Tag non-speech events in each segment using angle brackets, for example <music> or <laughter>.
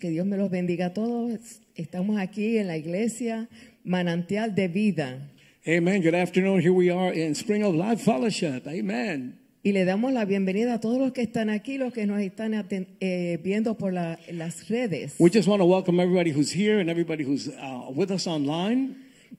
Que Dios me los bendiga a todos. Estamos aquí en la iglesia Manantial de Vida Amen. Good afternoon. Here we are in Spring of Life Fellowship. Amen. y le damos la bienvenida a todos los que están aquí, los que nos están aten- eh, viendo por la- las redes. We just want to welcome everybody who's here and everybody who's uh, with us online.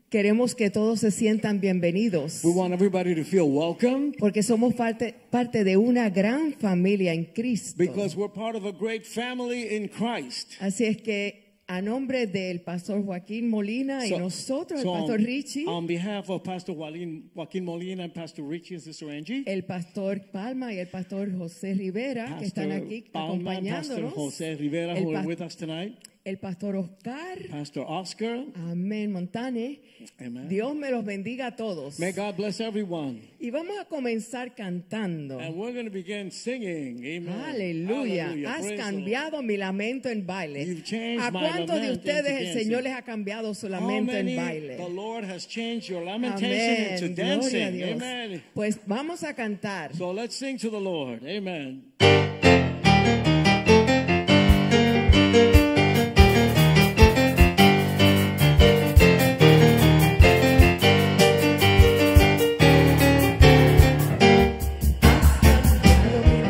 Queremos que todos se sientan bienvenidos We want everybody to feel welcome porque somos parte, parte de una gran familia en Cristo. because we're part of a great family in Christ. Así es que a nombre del pastor Joaquín Molina y nosotros, so um, el pastor on, Richie, on behalf of Pastor Joaquin, Joaquin Molina and Pastor Richie and Sister Angie, el pastor Palma y el pastor José Rivera, que están aquí Palma and Pastor acompañándonos, Jose Rivera, el, who are pas- with us tonight, el pastor Oscar, Pastor Oscar. Amén, Montanes. Amen. Dios me los bendiga a todos. May God bless everyone. Y vamos a comenzar cantando. And we're going to begin singing. Amen. Aleluya, Hallelujah. has Praise the Lord. cambiado mi lamento en baile. pues, oh. You've changed ¿A my cuántos de lament ustedes into el dancing? Señor les ha cambiado su How lamento en many The baile? Lord has changed your lamentation into Amén, dancing. gloria a Dios. Amen. Pues vamos a cantar. So let's sing to the Lord. Amen.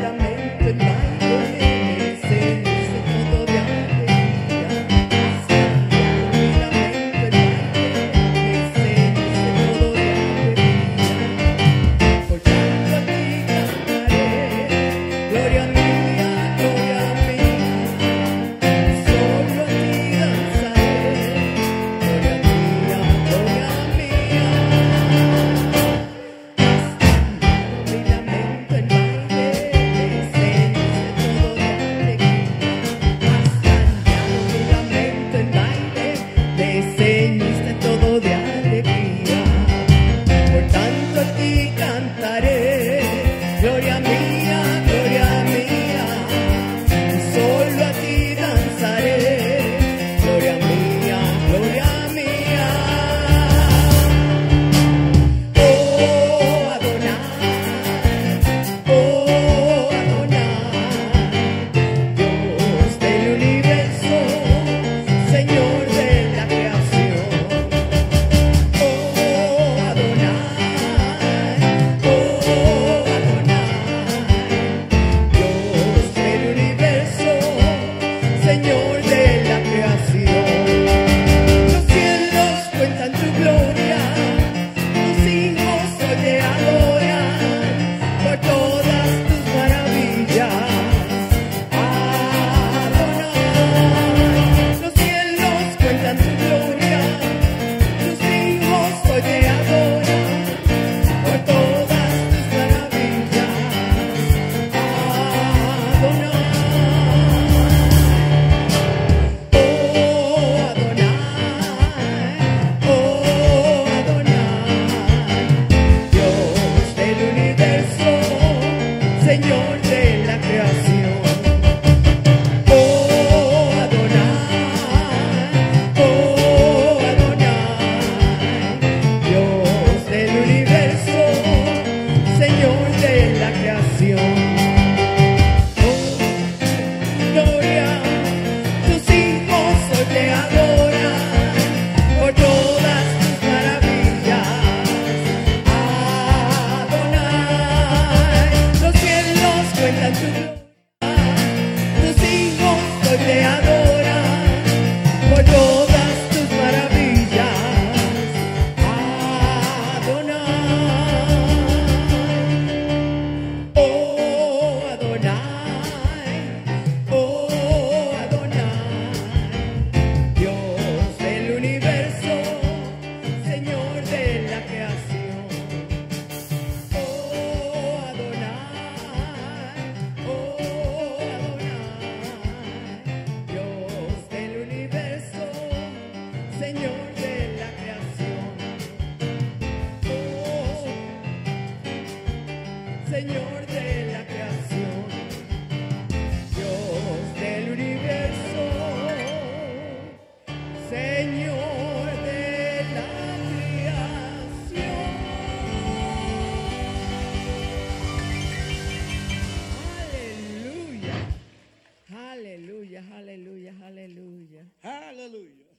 Lamento en baile, ese es el modo de alegría. Has cambiado mi lamento en baile, ese es el modo de alegría. Por tanto a ti cantaré, gloria mía, gloria mía. Solo a ti danzaré, gloria mía, gloria mía. Mi lamento en baile, descenso todo de alegría. Has cambiado mi lamento en baile, descenso todo de alegría. Por tanto a ti cantaré, gloria mía, gloria mía. Solo a ti danzaré, gloria mía, gloria mía. Oh Adonai, oh Adonai, Dios del universo, Señor de la creación. Oh Adonai, oh Adonai, Dios del universo, Señor de la creación. Los cielos cuentan tu gloria, tus hijos hoy te adoran por todas tus maravillas. Adonai, los cielos cuentan tu gloria, tus hijos hoy te adoran por todas tus maravillas. Adonai. Oh, oh Oh, oh, Oh, Aleluya, aleluya. Hallelujah.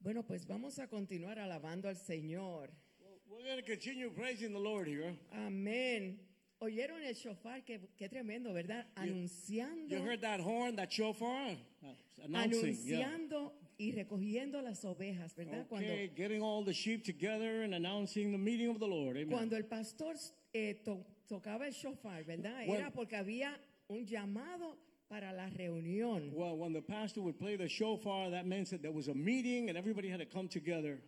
Bueno, pues vamos a continuar alabando al Señor. Well, we're going to continue praising the Lord here. Amén. Oyeron el shofar, qué, qué tremendo, ¿verdad? Anunciando, You heard that horn, that shofar? Uh, announcing. Yeah. anunciando y recogiendo las ovejas, ¿verdad? eh, Cuando, Okay, getting all the sheep together and announcing the meeting of the Lord. Amen. cuando el pastor eh, to- tocaba el shofar, ¿verdad? Bueno. Era porque había un llamado para la reunión. Well, when the pastor would play the shofar, that meant that there was a meeting and everybody had to come together.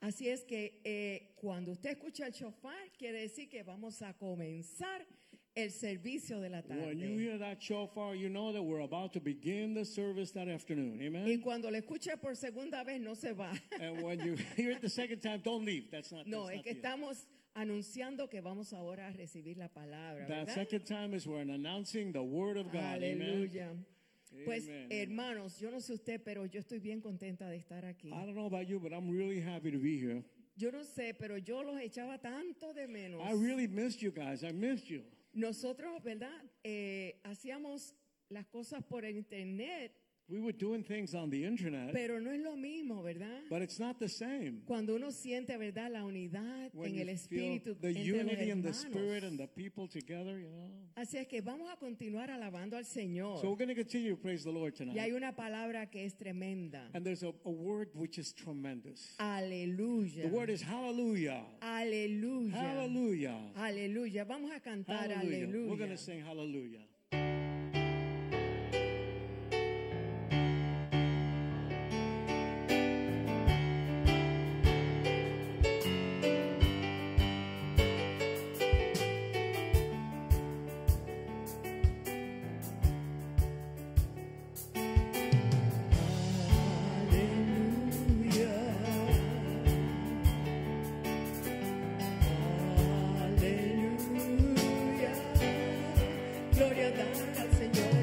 Así es que eh, cuando usted escucha el shofar, quiere decir que vamos a comenzar el servicio de la When you tarde. hear that shofar, you know that we're about to begin the service that afternoon. Y Amen. cuando lo escucha por segunda vez, no se va. and when you <laughs> hear it the second time, don't leave. That's <laughs> not. No, es that's not que the end. estamos anunciando que vamos ahora a recibir la palabra. That ¿verdad? second time is when announcing the word of God. Amen. Aleluya. Pues Amen. hermanos, yo no sé usted, pero yo estoy bien contenta de estar aquí. I don't know about you, but I'm really happy to be here. Yo no sé, pero yo los echaba tanto de menos. I really missed you guys. I missed you. Nosotros, ¿verdad? Eh, hacíamos las cosas por el internet, We were doing things on the internet, pero no es lo mismo, ¿verdad? but it's not the same. Cuando uno siente, ¿verdad? La unidad When en el you feel espíritu the entre los unity and the hermanos. spirit and the people together, you know. Así es que vamos a continuar alabando al Señor. So we're going to continue to praise the Lord y hay tonight. una palabra que es tremenda. And there's a, a word which is tremendous. Aleluya. The word is hallelujah. Aleluya. Hallelujah. Aleluya. Vamos a cantar Hallelujah. aleluya. We're going to sing hallelujah. Aleluya. Gloria a oh oh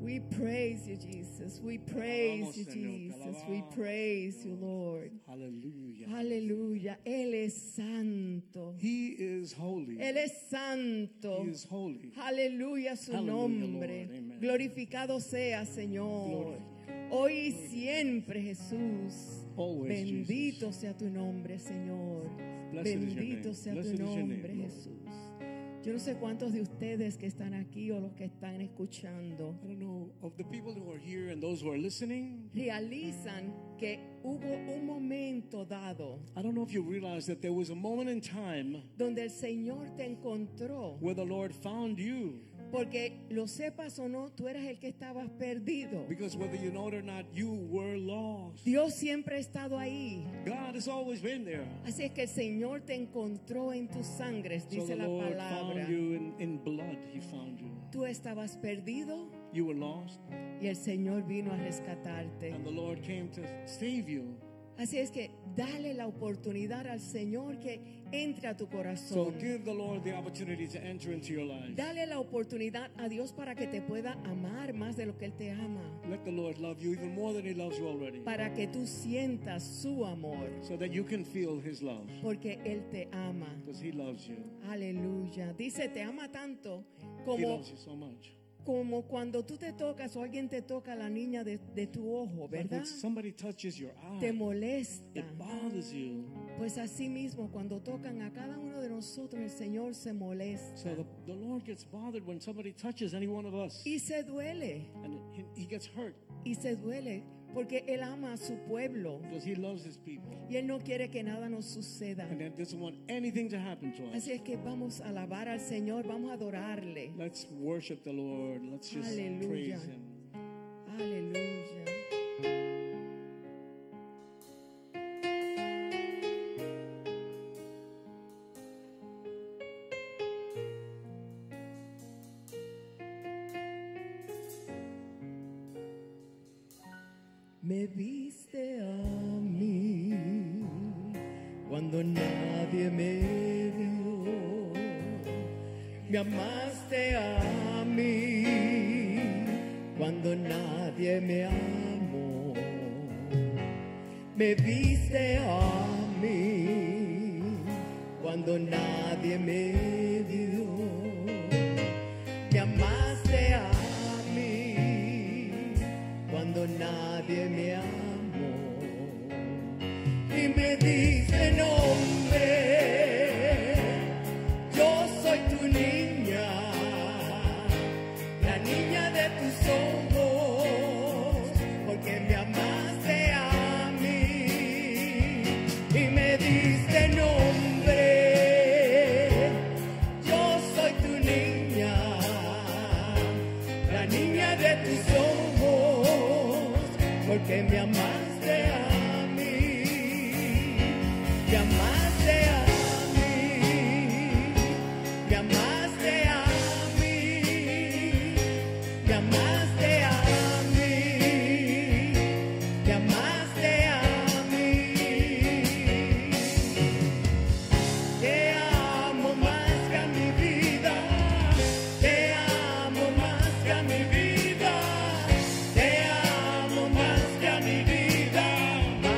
We praise you, Jesus. We praise you, Te alabamos, Señor. Te Jesus. We alabamos, praise you, Lord. Hallelujah. Aleluya. Él es santo. He is holy. Él es santo. He is holy. Aleluya su Hallelujah, nombre. Lord. Amen. Glorificado sea, Señor. Hoy y siempre, Jesús. Always, Bendito Jesus. sea tu nombre, Señor. Blessed is your Bendito name. sea Blessed tu is your name, nombre, Lord. Jesús. Yo no sé cuántos de ustedes que están aquí o los que están escuchando I don't know of the people who are here and those who are listening. realizan que hubo un momento dado I don't know if you realize that there was a moment in time donde el Señor te encontró. where the Lord found you. Porque lo sepas o no, tú eras el que estabas perdido. Because whether you know it or not, you were lost. Dios siempre ha estado ahí. God has always been there. Así es que el Señor te encontró en tus sangres, So dice the la Lord palabra. found you in, in blood. He found you. Tú estabas perdido You were lost, y el Señor vino a rescatarte. and the Lord came to save you. Así es que dale la oportunidad al Señor que entre a tu So corazón. give the Lord the opportunity to enter into your life. Dale la oportunidad a Dios para que te pueda amar más de lo que Él te ama. Let the Lord love you even more than He loves you already. Para que tú sientas su amor. So that you can feel His love. Porque Él te ama. Because He loves you. Aleluya. Dice, te ama tanto He como, loves you so much. como cuando tú te tocas o alguien te toca la niña de, de tu ojo, But ¿verdad? when somebody touches your Te eye, molesta. it bothers you. Pues así mismo, cuando tocan a cada uno de nosotros, el Señor se molesta So the, the Lord gets bothered when somebody touches any one of us. y se duele. And he, he gets hurt Y se duele porque Él ama a su pueblo because He loves His people. y Él no quiere que nada nos suceda. And that doesn't want anything to happen to us. Así es que vamos a alabar al Señor, vamos a adorarle. Let's worship the Lord. Let's just Hallelujah. praise Him. Aleluya. Me viste a mí cuando nadie me vio. Me amaste a mí cuando nadie me amó. Me viste a mí cuando nadie me vio. Me amaste a mí cuando nadie me amó. Y me diste nombre. Yo soy tu niña, la niña de tus ojos, porque me amaste a mí y me diste nombre. Yo soy tu niña, la niña de tus ojos, porque me amaste a mí. Me amaste a mí, me amaste a mí, me amaste a mí, me amaste a mí. Te amo más que a mi vida, te amo más que a mi vida, te amo más que a mi vida, más.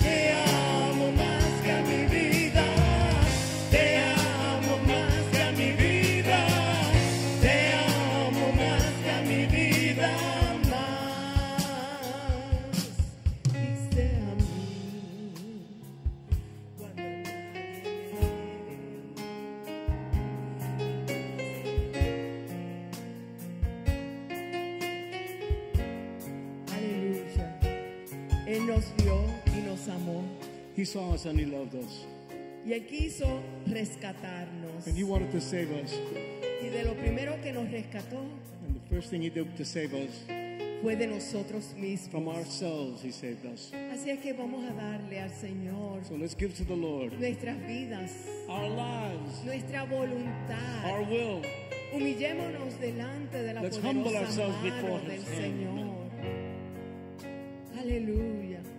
Te amo más que a mi vida, te amo más que a mi vida, te amo más que a mi vida, más. Viste a mí cuando nadie me vio. Aleluya. Él nos vio y nos amó. He saw us and He loved us. Y Él quiso rescatarnos. And He wanted to save us. Y de lo primero que nos rescató And the first thing He did to save us, fue de nosotros mismos. from ourselves, He saved us. Así es que vamos a darle al Señor So let's give to the Lord nuestras vidas. our lives, nuestra our voluntad. will. Humillémonos delante de la Let's humble poderosa ourselves mano before del his Señor. hand. Aleluya.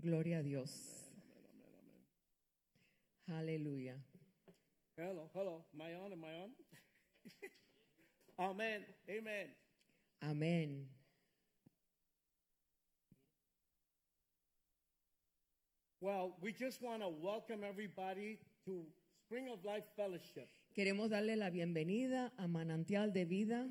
Gloria a Dios. Aleluya. Hello, hello. Am I on? Am I on? <laughs> Amen. Amen. Amén. Well, we just want to welcome everybody to Spring of Life Fellowship. Queremos darle la bienvenida a Manantial de Vida.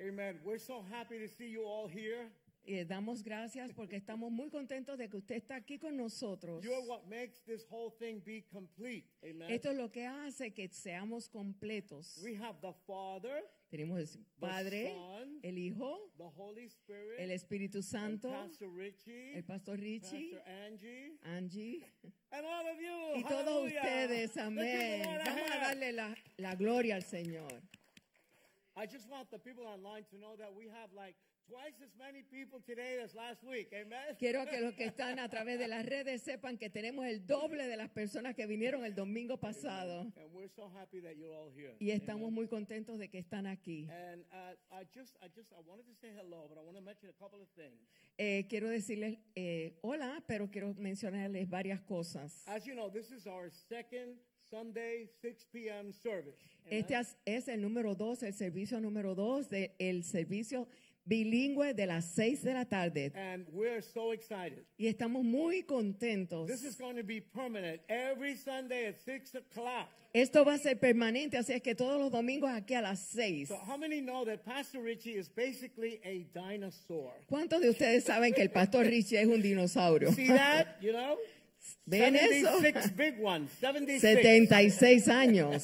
Amen. We're so happy to see you all here. Eh, damos gracias porque estamos muy contentos de que usted está aquí con nosotros. You're what makes this whole thing be complete. Amen. Esto es lo que hace que seamos completos. we have the Father, Tenemos el Padre, Son, el Hijo, the Holy Spirit, el Espíritu Santo, Pastor Richie, el Pastor Richie, Pastor Angie, Angie and all of you. y todos Hallelujah. ustedes. Amén. Let's Vamos give the Lord a a hand. darle la, la gloria al Señor. I just want the people online to know that we have like twice as many people today as last week. Amen. Quiero que los que están a través de las redes sepan que tenemos el doble de las personas que vinieron el domingo pasado. and we're so happy that you're all here. Y estamos muy contentos de que están aquí. And uh, I just, I just, I wanted to say hello, but I want to mention a couple of things. Eh, quiero decirles eh, hola, pero quiero mencionarles varias cosas. As you know, this is our second Sunday 6 p.m. service. Este as- es el número dos, el servicio número dos del servicio bilingüe de las seis de la tarde. And we're so excited. Y estamos muy contentos. This is going to be permanent every Sunday at 6 o'clock. Esto va a ser permanente, así es que todos los domingos aquí a las seis. So, how many know that Pastor Richie is basically a dinosaur? ¿Cuántos de ustedes saben que el pastor Richie es un dinosaurio? See that? You know? <laughs> ¿Ven eso? 76 big ones. 76. 76 años.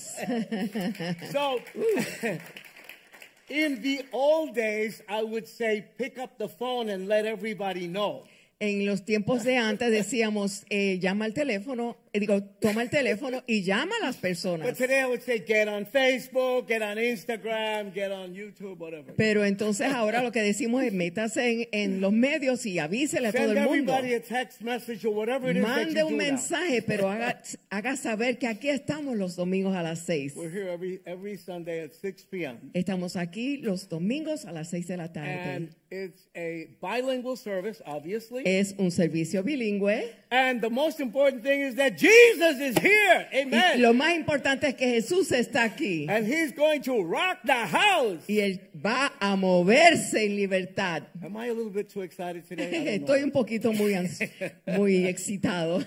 So, <laughs> in the old days, I would say pick up the phone and let everybody know. En los tiempos de antes decíamos, eh, llama al teléfono, eh, digo, toma el teléfono y llama a las But personas. today I would say get on Facebook, get on Instagram, get on YouTube, whatever. Pero entonces ahora lo que decimos es, métase en, en los medios y avísele a todo Send el mundo. everybody a text message or whatever it is that Mande you un do now. mensaje, pero haga, haga saber que aquí estamos los domingos a las 6. We're here every every Sunday at 6 p.m. Estamos aquí los domingos a las 6 de la tarde. And it's a bilingual service, obviously. Es un servicio bilingüe. and the most important thing is that Jesus is here. Y Amen. lo más importante es que Jesús está aquí. And he's going to rock the house. Y él va a moverse en libertad. Am I a little bit too excited today? <laughs> I don't know. <laughs> Estoy un poquito muy, ans- muy excitado.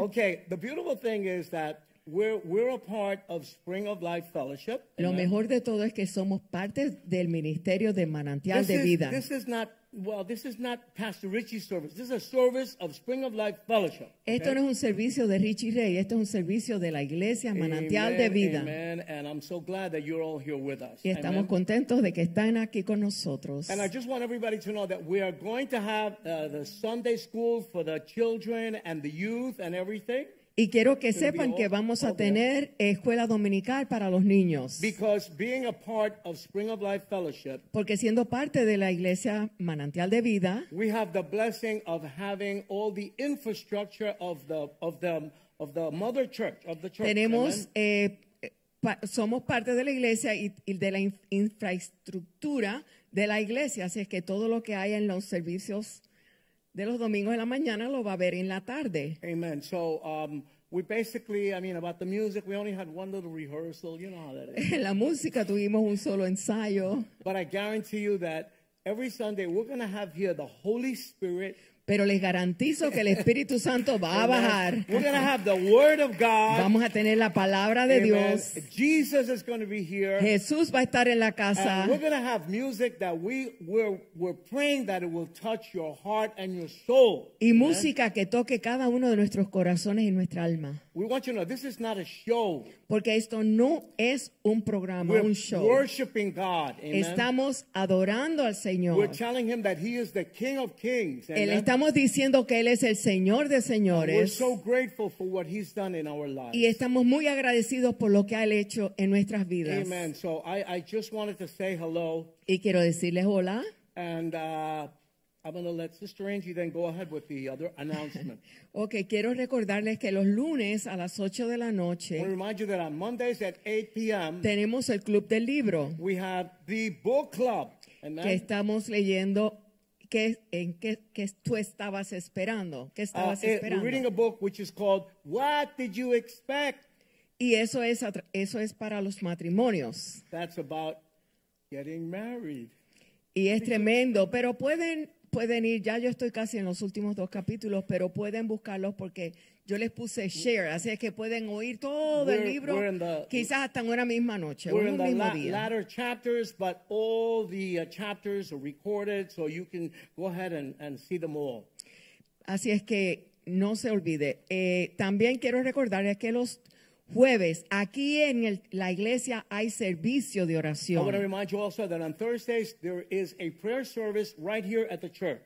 Okay, the beautiful thing is that we're we're a part of Spring of Life Fellowship. Lo mejor de todo es que somos parte del Ministerio de Manantial This de is, Vida. this is not well. This is not Pastor Richie's service. This is a service of Spring of Life Fellowship. Esto no es un servicio de Richie Rey, esto es un servicio de la Iglesia Manantial Amen, de Vida. Amen. And I'm so glad that you're all here with us. Y estamos Amen. contentos de que están aquí con nosotros. And I just want everybody to know that we are going to have uh, the Sunday school for the children and the youth and everything Y quiero que It's gonna be sepan que all- vamos all a there. tener escuela dominical para los niños. because being a part of Spring of Life Fellowship, Porque siendo parte de la Iglesia Manantial de Vida, we have the blessing of having all the infrastructure of the of the of the mother church of the church. tenemos, Amen. eh, pa- somos parte de la iglesia y, y de la in- infraestructura de la iglesia, así es que todo lo que hay en los servicios de los domingos de la mañana lo va a ver en la tarde. Amen. So um, we basically, I mean, about the music, we only had one little rehearsal. You know how that is. En la música tuvimos un solo ensayo, but I guarantee you that every Sunday we're going to have here the Holy Spirit. pero les garantizo que el Espíritu Santo va a Amen. bajar. We're going to have the Word of God. Vamos a tener la palabra de Amen. Dios. Jesus is going to be here. Jesús va a estar en la casa and we're going to have music that we, we're, we're praying that it will touch your heart and your soul. y música que toque cada uno de nuestros corazones y nuestra alma. We want you to know this is not a show. Porque esto no es un programa, We're un show. worshiping God. Amen. Estamos adorando al We're Señor. telling him that he is the King of Kings. Él Amen. estamos diciendo que Él es el Señor de We're señores. so grateful for what he's done in our lives. Y estamos muy agradecidos por lo que Él ha hecho en nuestras vidas. Amen. So I, I just wanted to say hello, Y quiero decirles hola. and uh, I'm going to let Sister Angie then go ahead with the other announcement. Ok, quiero recordarles que los lunes a las 8 de la I want to noche remind you that on Mondays at 8 p.m., tenemos el Club del Libro, we have the book club. que Amen. estamos leyendo. ¿Qué, en qué, qué tú estabas esperando? ¿Qué Uh, estabas it- we're reading a esperando? book which is called What Did You Expect? Y eso es, atra- eso es para los matrimonios. That's about getting married. Y es tremendo, pero pueden, pueden ir, ya yo estoy casi en los últimos dos capítulos, pero pueden buscarlos porque yo les puse share, así es que pueden oír todo el We're- libro, we're in the- quizás hasta en una misma noche, o We're en in un the mismo la- día. latter chapters, but all the uh, chapters are recorded, so you can go ahead and, and see them all. Así es que no se olvide. Eh, también quiero recordarles que los jueves aquí en el- la iglesia hay servicio de I want to oración, remind you also that on Thursdays, there is a prayer service right here at the church.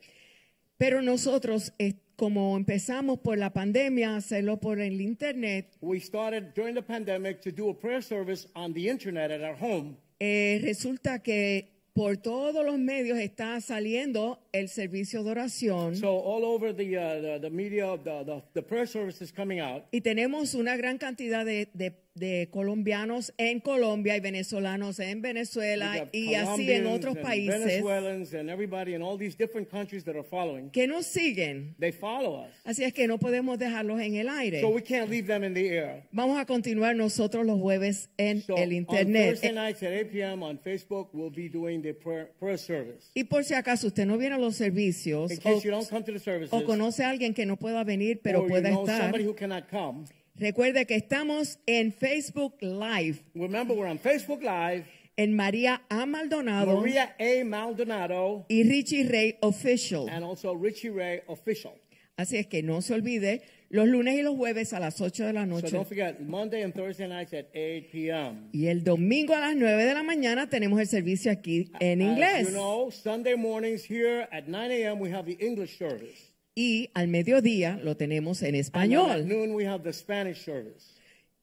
pero nosotros, eh, como empezamos por la pandemia, a hacerlo por el internet, We started during the pandemic to do a prayer service on the internet at our home. Eh, resulta que por todos los medios está saliendo el servicio de oración So all over the, uh, the, the media, the, the, the prayer service is coming out. y tenemos una gran cantidad de, de- de colombianos en Colombia y venezolanos en We Venezuela got y así en Colombians otros and países Venezuelans and everybody in all these different countries that are following. que nos siguen. They follow us. Así es que no podemos dejarlos en el aire. So we can't leave them in the air. Vamos a continuar nosotros los jueves en So el on internet. Thursday Eh, nights at 8 p.m. on Facebook, we'll be doing the prayer, prayer service. Y por si acaso usted no viene a los servicios In case you o, don't come to the services, o conoce a alguien que no pueda venir pero or you pueda know estar. somebody who cannot come, Recuerde que estamos en Facebook Live remember we're on Facebook Live. en María A. Maldonado Maria A. Maldonado y Richie Ray Official. and also Richie Ray official. Así es que no se olvide los lunes y los jueves a las 8 de la So noche don't forget Monday and Thursday nights at 8 p.m. y el domingo a las 9 de la mañana tenemos el servicio aquí en As inglés Ah, you know, Sunday mornings here at 9 a.m. we have the English service. y al mediodía lo tenemos en And then At español. noon we have the Spanish service.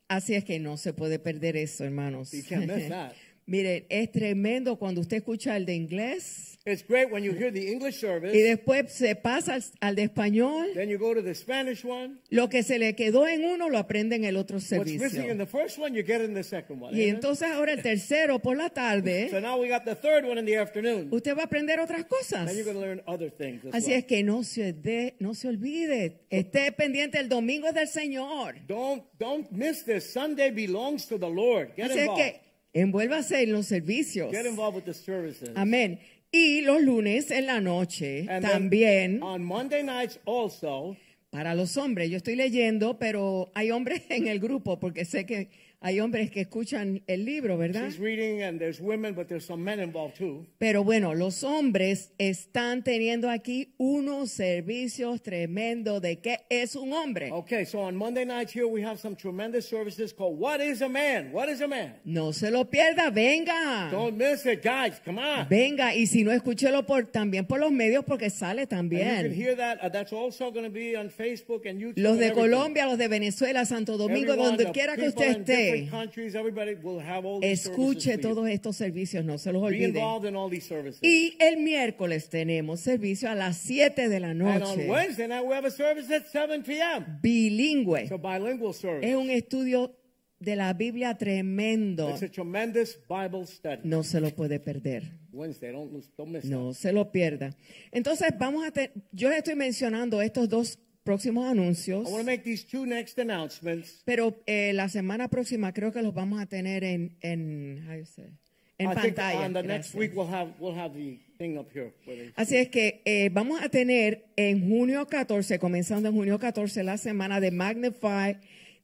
Así es que no se puede perder eso, hermanos. You can't miss that. <laughs> Miren, es tremendo cuando usted escucha el de inglés It's great when you hear the English service, y después se pasa al- al de español. then you go to the Spanish one. Lo que se le quedó en uno lo aprende en el otro What's missing in servicio. the first one, you get in the second one. Y Amen? entonces ahora el tercero por la so <laughs> tarde, now we got the third one in the afternoon. usted va a aprender otras cosas. Then you're going to learn other things. As Así well. es que no se dé, no se olvide, esté pendiente el domingo del Señor. Don't don't miss this. Sunday belongs to the Lord. Get Así es involved. que envuélvase en los servicios. Get involved with the services. Amén. Y los lunes en la noche And then también on Monday nights also, para los hombres. Yo estoy leyendo, pero hay hombres <laughs> en el grupo porque sé que hay hombres que escuchan el libro, ¿verdad? she's reading and there's women, but there's some men involved too. Pero bueno, los hombres están teniendo aquí unos servicios tremendos de qué es un hombre. Okay, so on Monday nights here we have some tremendous services called What is a Man? What is a Man? No se lo pierda, venga. Don't miss it, guys. Come on. Venga, y si no, escúchelo por, también por los medios porque sale And you can también. hear that. Uh, that's also going to be on Facebook and YouTube. Los and de everything. Colombia, los de Venezuela, Santo Domingo, Everyone, donde the quiera que people usted in different esté, countries, everybody will have all these services escuche for you. todos estos servicios, no se los Be olvide. involved in all these services. Y el miércoles tenemos servicio a las 7 de la and on noche, Wednesday night we have a service at 7 p.m. bilingüe. It's a bilingual service. Es un estudio de la Biblia tremendo. It's a tremendous Bible study. No se lo puede perder. Wednesday, don't lose, don't miss No se lo pierda. Entonces, vamos a te- yo les estoy mencionando estos dos próximos anuncios, that. I want to make these two next announcements. pero eh, la semana próxima creo que los vamos a tener en en, how you say, en I think pantalla. on the next Gracias. week we'll have we'll have the thing up here. where they- Así es que eh, vamos a tener en junio 14, comenzando en junio 14, la semana de Magnify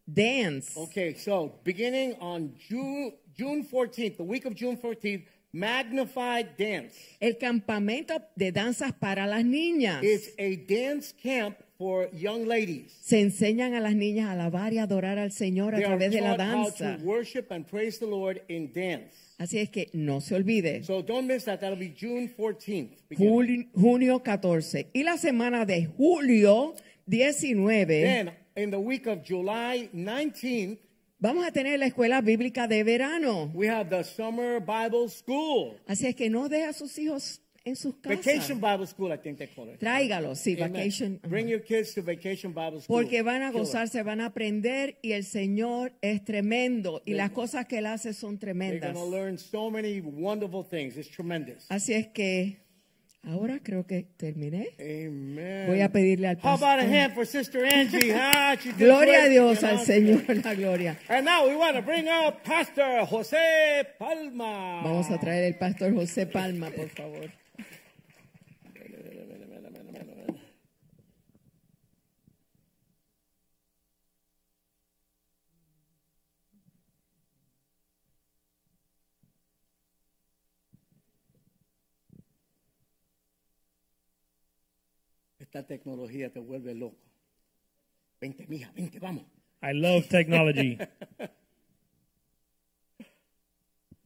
Dance. Okay, so beginning on June June 14th, the week of June 14th, Magnified Dance. El campamento de danzas para las niñas. It's a dance camp for young ladies. se enseñan a las niñas a alabar y adorar al Señor a They are través de la taught how danza. to worship and praise the Lord in dance. Así es que no se olvide. So don't miss that. That'll be June 14th. beginning. Juli- junio 14 y la semana de julio 19 Then in the week of July 19th, vamos a tener la escuela bíblica de verano. we have the Summer Bible School. Así es que no deje a sus hijos en sus casas. Vacation Bible School, I think they call it. Tráigalos, sí, Amen. vacation. ajá. Bring your kids to Vacation Bible School. Porque van a Kill it. gozarse, van a aprender y el Señor es tremendo y las cosas que Él hace son They're going tremendas. to learn so many wonderful things. It's tremendous. Así es que ahora creo que terminé. Amen. Voy a pedirle al How about a pastor. hand for Sister <laughs> Angie? Ah, she did Gloria a great. Dios, You al know? Señor, <laughs> la gloria. And now we want to bring up Pastor Jose Palma. Vamos a traer el pastor José Palma, por favor. Esta tecnología te vuelve loco. Vente, mija, vente, vamos. I love technology.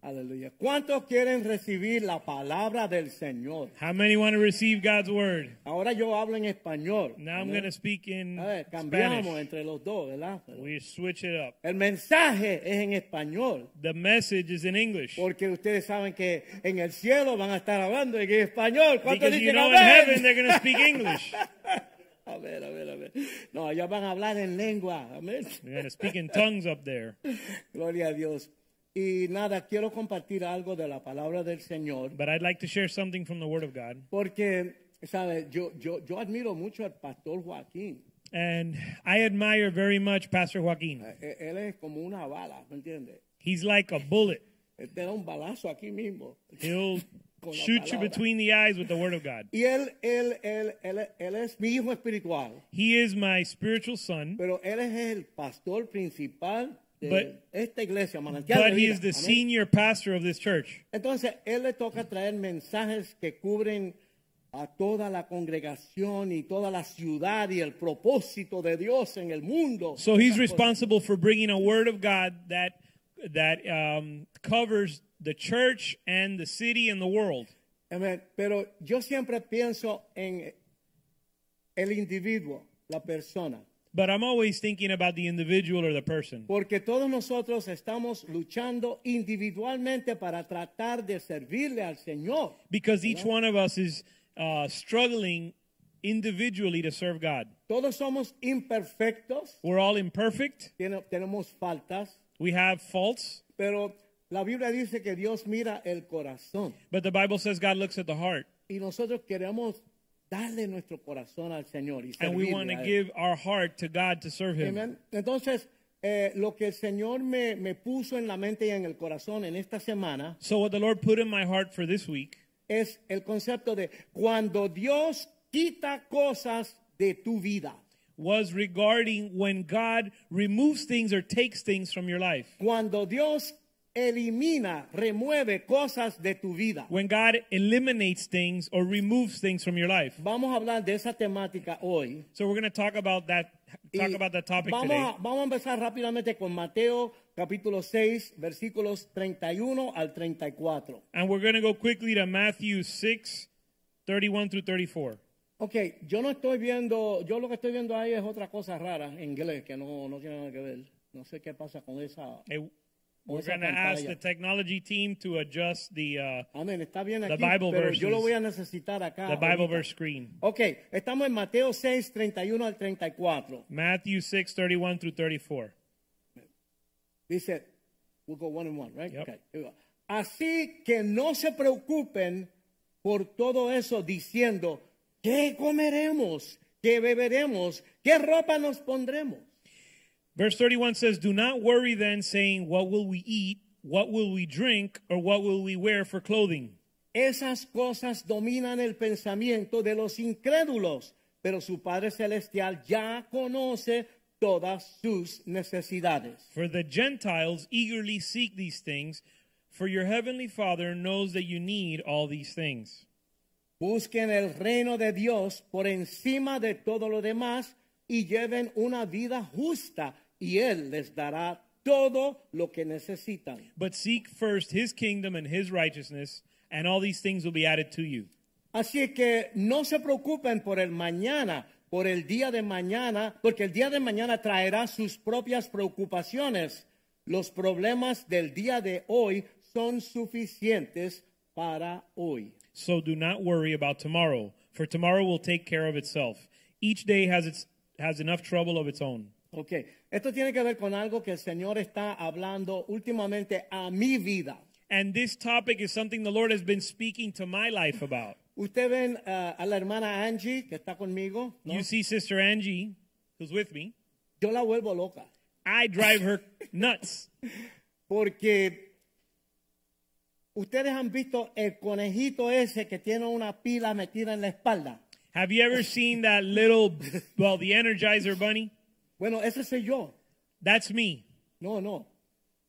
Aleluya. ¿Cuántos quieren recibir la palabra del Señor? How many want to receive God's word? Ahora yo hablo en español. Now I'm Amén. going to speak in A ver, cambiamos Spanish. entre los dos, ¿verdad? Pero We switch it up. El mensaje es en español, The message is in English. porque ustedes saben que en el cielo van a estar hablando en español. ¿Cuántos Because you dicen know in heaven amén? <laughs> they're going to speak English. A ver, a ver, a ver. No, allá van a hablar en lengua. <laughs> Amén. They're going to speak in tongues up there. Gloria a Dios. Y nada, quiero compartir algo de la palabra del Señor, But I'd like to share something from the Word of God. porque, ¿sabes? Yo, yo, yo admiro mucho al pastor Joaquín. And I admire very much Pastor Joaquin. Eh, eh, Él es como una bala, ¿me entiendes? He's like a bullet. Él te da un balazo aquí mismo. He'll <laughs> Con la shoot you palabra. between the eyes with the Word of God. Y él, él, él, él, él es mi hijo espiritual. He is my spiritual son, Pero él es el pastor principal de But- esta iglesia, Manantial de but he Vida. is the Amén. senior pastor of this church. Entonces, él le toca traer mensajes que cubren a toda la congregación y toda la ciudad y el propósito de Dios en el mundo. So he's responsible for bringing a word of God that that um, covers the church and the city and the world. Amén. Pero yo siempre pienso en el individuo, la persona. But I'm always thinking about the individual or the person Porque todos nosotros estamos luchando individualmente para tratar de servirle al Señor. because each one of us is uh, struggling individually to serve God. Todos somos imperfectos, We're all imperfect. tiene- tenemos faltas, We have faults, pero la Biblia dice que Dios mira el corazón but the Bible says God looks at the heart, y nosotros queremos darle nuestro corazón al Señor y and we servirle want to a Él. give our heart to God to serve Him. Amén. Entonces, eh, lo que el Señor me, me puso en la mente y en el corazón en esta semana So what the Lord put in my heart for this week es el concepto de cuando Dios quita cosas de tu vida. was regarding when God removes things or takes things from your life. Cuando Dios elimina, remueve cosas de tu vida. When God eliminates things or removes things from your life. Vamos a hablar de esa temática hoy. So we're going to talk about that talk Y about that topic Eh, vamos, today. A, vamos a empezar rápidamente con Mateo capítulo 6, versículos 31 al 34. And we're going to go quickly to Matthew 6 31 through 34. Ok, yo no estoy viendo, yo lo que estoy viendo ahí es otra cosa rara en inglés que no, no tiene nada que ver. No sé qué pasa con esa. Hey, we're esa going to ask pantalla. the technology team to adjust the uh, Amén, está bien The aquí, Bible pero yo lo verses. voy a necesitar acá. the Bible ahorita. verse screen. Ok, estamos en Mateo 6, 31 al 34. Matthew 6 31 through 34. Dice, we'll go one and one, right? Yep. Okay, here we go. Así que no se preocupen por todo eso diciendo, ¿qué comeremos? ¿Qué beberemos? ¿Qué ropa nos pondremos? Verse 31 says, Do not worry then, saying, What will we eat? What will we drink? Or what will we wear for clothing? Esas cosas dominan el pensamiento de los incrédulos, pero su Padre Celestial ya conoce todas sus necesidades. For the Gentiles eagerly seek these things, for your heavenly Father knows that you need all these things. Busquen el reino de Dios por encima de todo lo demás y lleven una vida justa y Él les dará todo lo que necesitan. But seek first his kingdom and his righteousness, and all these things will be added to you. Así que no se preocupen por el mañana, por el día de mañana, porque el día de mañana traerá sus propias preocupaciones. Los problemas del día de hoy son suficientes para hoy. So do not worry about tomorrow, for tomorrow will take care of itself. Each day has its has enough trouble of its own. Ok, esto tiene que ver con algo que el Señor está hablando últimamente a mi vida. And this topic is something the Lord has been speaking to my life about. Usted ven ah, a la hermana Angie que está conmigo, ¿no? You see Sister Angie, who's with me, yo la vuelvo loca I drive her <laughs> nuts. porque ustedes han visto el conejito ese que tiene una pila metida en la espalda. Have <laughs> you ever seen that little, well, the Energizer Bunny? Bueno, ese soy yo. That's me. No, no.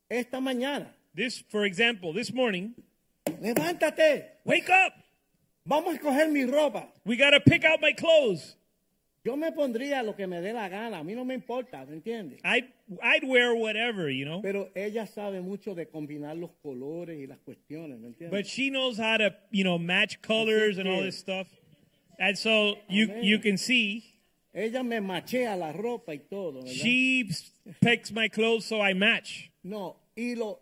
Esta mañana, This, for example, this morning, levántate, wake up! vamos a escoger mi ropa. We gotta pick out my clothes. Yo me pondría lo que me dé la gana, a mí no me importa, ¿me entiendes? I'd I'd wear whatever, you know. Pero ella sabe mucho de combinar los colores y las cuestiones, ¿me But entiendes? she knows how to, you know, match colors and all this stuff. And so you Amen. you can see ella me machea la ropa y todo, ¿verdad? she picks my clothes so I match. no, y lo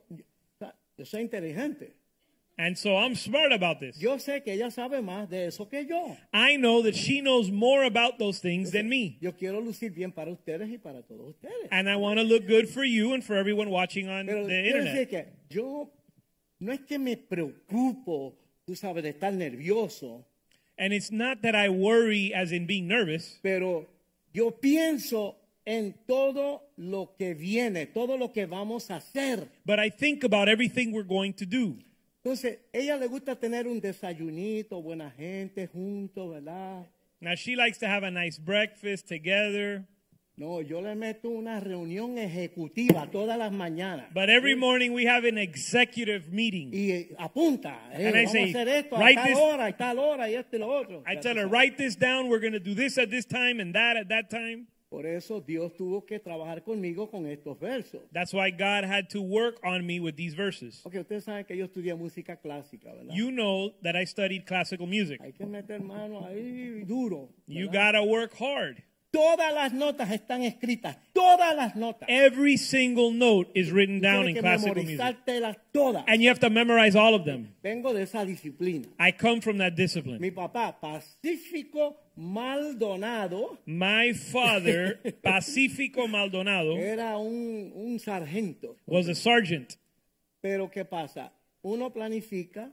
yo soy inteligente. And so I'm smart about this. Yo sé que ella sabe más de eso que yo. I know that she knows more about those things than me. Yo quiero lucir bien para ustedes y para todos ustedes. And I want to look good for you and for everyone watching on Pero the quiero decir internet. que yo no es que me preocupo, tú sabes, de estar nervioso, And it's not that I worry as in being nervous, pero yo pienso en todo lo que viene, todo lo que vamos a hacer. but I think about everything we're going to do. Entonces, ella le gusta tener un desayunito, buena gente, juntos, ¿verdad? Now she likes to have a nice breakfast together, No, yo le meto una reunión ejecutiva todas las mañanas. but every morning we have an executive meeting. y eh, apunta, eh, And I vamos say, a hacer esto a "Write tal this- hora, a tal hora y esto y lo otro. I Ya tell tú her, sabes. write this down. We're going to do this at this time and that at that time. Por eso Dios tuvo que trabajar conmigo con estos versos. That's why God had to work on me with these verses. Porque ustedes saben que yo estudié música clásica, ¿verdad? You know that I studied classical music. Hay que meter mano ahí duro. You ¿verdad? got to work hard. Todas las notas están escritas, todas las notas. Every single note is written Tienes down in que classical music. memorizártelas todas. And you have to memorize all of them. Vengo de esa disciplina. I come from that discipline. Mi papá, Pacífico Maldonado, <laughs> My father, Pacifico Maldonado, era un, un sargento. was a sergeant. Pero ¿qué pasa? Uno planifica,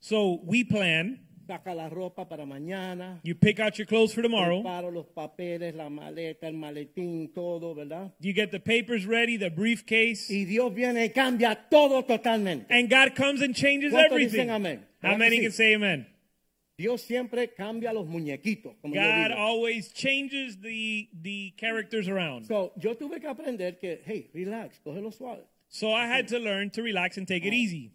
So we plan. saca la ropa para mañana, You pick out your clothes for tomorrow. preparo los papeles, la maleta, el maletín, todo, ¿verdad? You get the papers ready, the briefcase. Y Dios viene y cambia todo totalmente. And God comes and changes ¿Cuántos everything. dicen amén? How many can say amen? Dios siempre cambia los muñequitos. Como yo, God digo. always changes the the characters around. So, yo tuve que aprender que, hey, relax, cógelo suave. So I had to learn to relax and take it Ah. easy.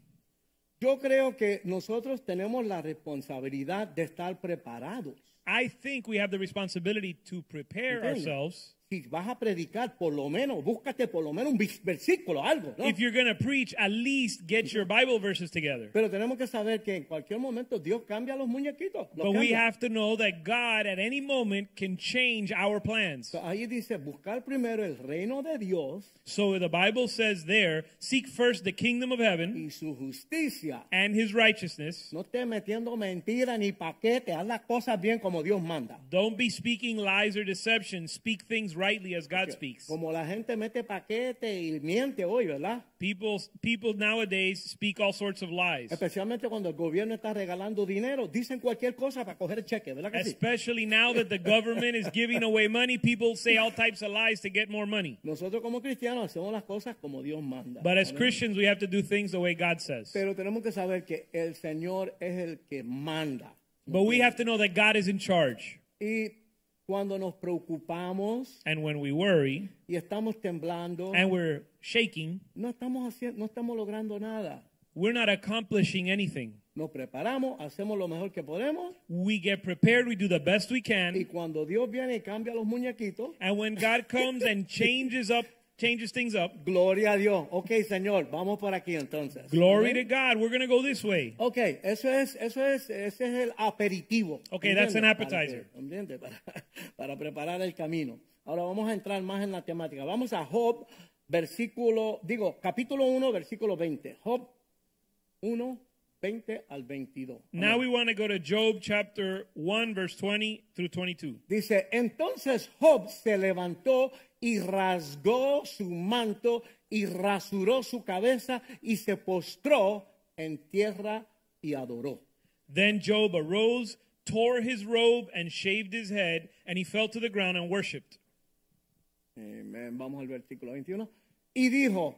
Yo creo que nosotros tenemos la responsabilidad de estar preparados. I think we have the responsibility to prepare Entiendo. ourselves. Si vas a predicar, por lo menos, búscate por lo menos un bis- versículo, algo. ¿no? If you're going to preach, at least get your Bible verses together. Pero tenemos que saber que en cualquier momento Dios cambia los muñequitos. los But we cambia. have to know that God at any moment can change our plans. Ahí dice, buscar primero el reino de Dios So the Bible says there, seek first the kingdom of heaven y su justicia. and his righteousness. No estés metiendo mentiras ni paquetes, haz las cosas bien como Dios manda. Don't be speaking lies or deception. Speak things rightly as God speaks. Como la gente mete paquetes y miente hoy, ¿verdad? People people nowadays speak all sorts of lies. Especialmente cuando el gobierno está regalando dinero, dicen cualquier cosa para coger el cheque, ¿verdad que sí? Especially now that the government is giving away money, people say all types of lies to get more money. Nosotros como cristianos hacemos las cosas como Dios manda. But as Amén. Christians, we have to do things the way God says. Pero tenemos que saber que el Señor es el que manda. But we have to know that God is in charge. Y cuando nos preocupamos And when we worry y estamos temblando, and we're shaking, no estamos haciendo, no estamos logrando nada. we're not accomplishing anything. Nos preparamos, hacemos lo mejor que podemos We get prepared, we do the best we y can. cuando Dios viene y cambia los muñequitos, And when God comes and changes up, changes things up, Gloria a Dios. Ok, Señor, vamos por aquí entonces. glory Amén. to God, we're going to go this way. Ok, eso es, eso es, ese es el aperitivo. Ok, that's an ¿Entiendes? appetizer. Para, que- ¿entiendes? <laughs> Para- para preparar el camino. Ahora vamos a entrar más en la temática. Vamos a Job, versículo, digo, capítulo 1, versículo 20. Job 1, 20 al 22. Now we want to go to Job chapter 1, verse 20 through 22. Dice, entonces Job se levantó y rasgó su manto y rasuró su cabeza y se postró en tierra y adoró. Then Job arose, tore his robe, and shaved his head, and he fell to the ground and worshipped. Amén. Eh, Vamos al versículo 21. Y dijo,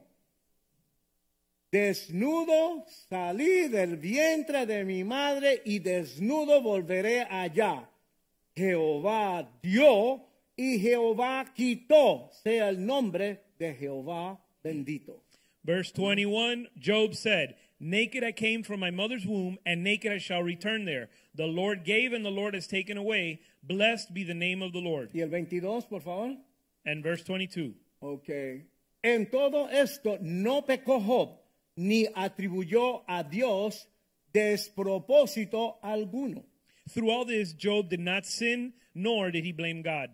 desnudo salí del vientre de mi madre y desnudo volveré allá. Jehová dio y Jehová quitó, sea el nombre de Jehová bendito. Verse 21 Job said, Naked I came from my mother's womb, and naked I shall return there. The Lord gave, and the Lord has taken away. Blessed be the name of the Lord. Y el 22, por favor. And verse 22. Ok. En todo esto no pecó Job, ni atribuyó a Dios despropósito alguno. Through all this, Job did not sin, nor did he blame God.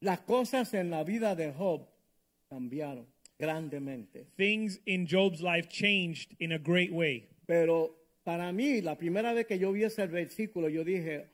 Las cosas en la vida de Job cambiaron grandemente. Things in Job's life changed in a great way. Pero para mí, la primera vez que yo vi ese versículo, yo dije,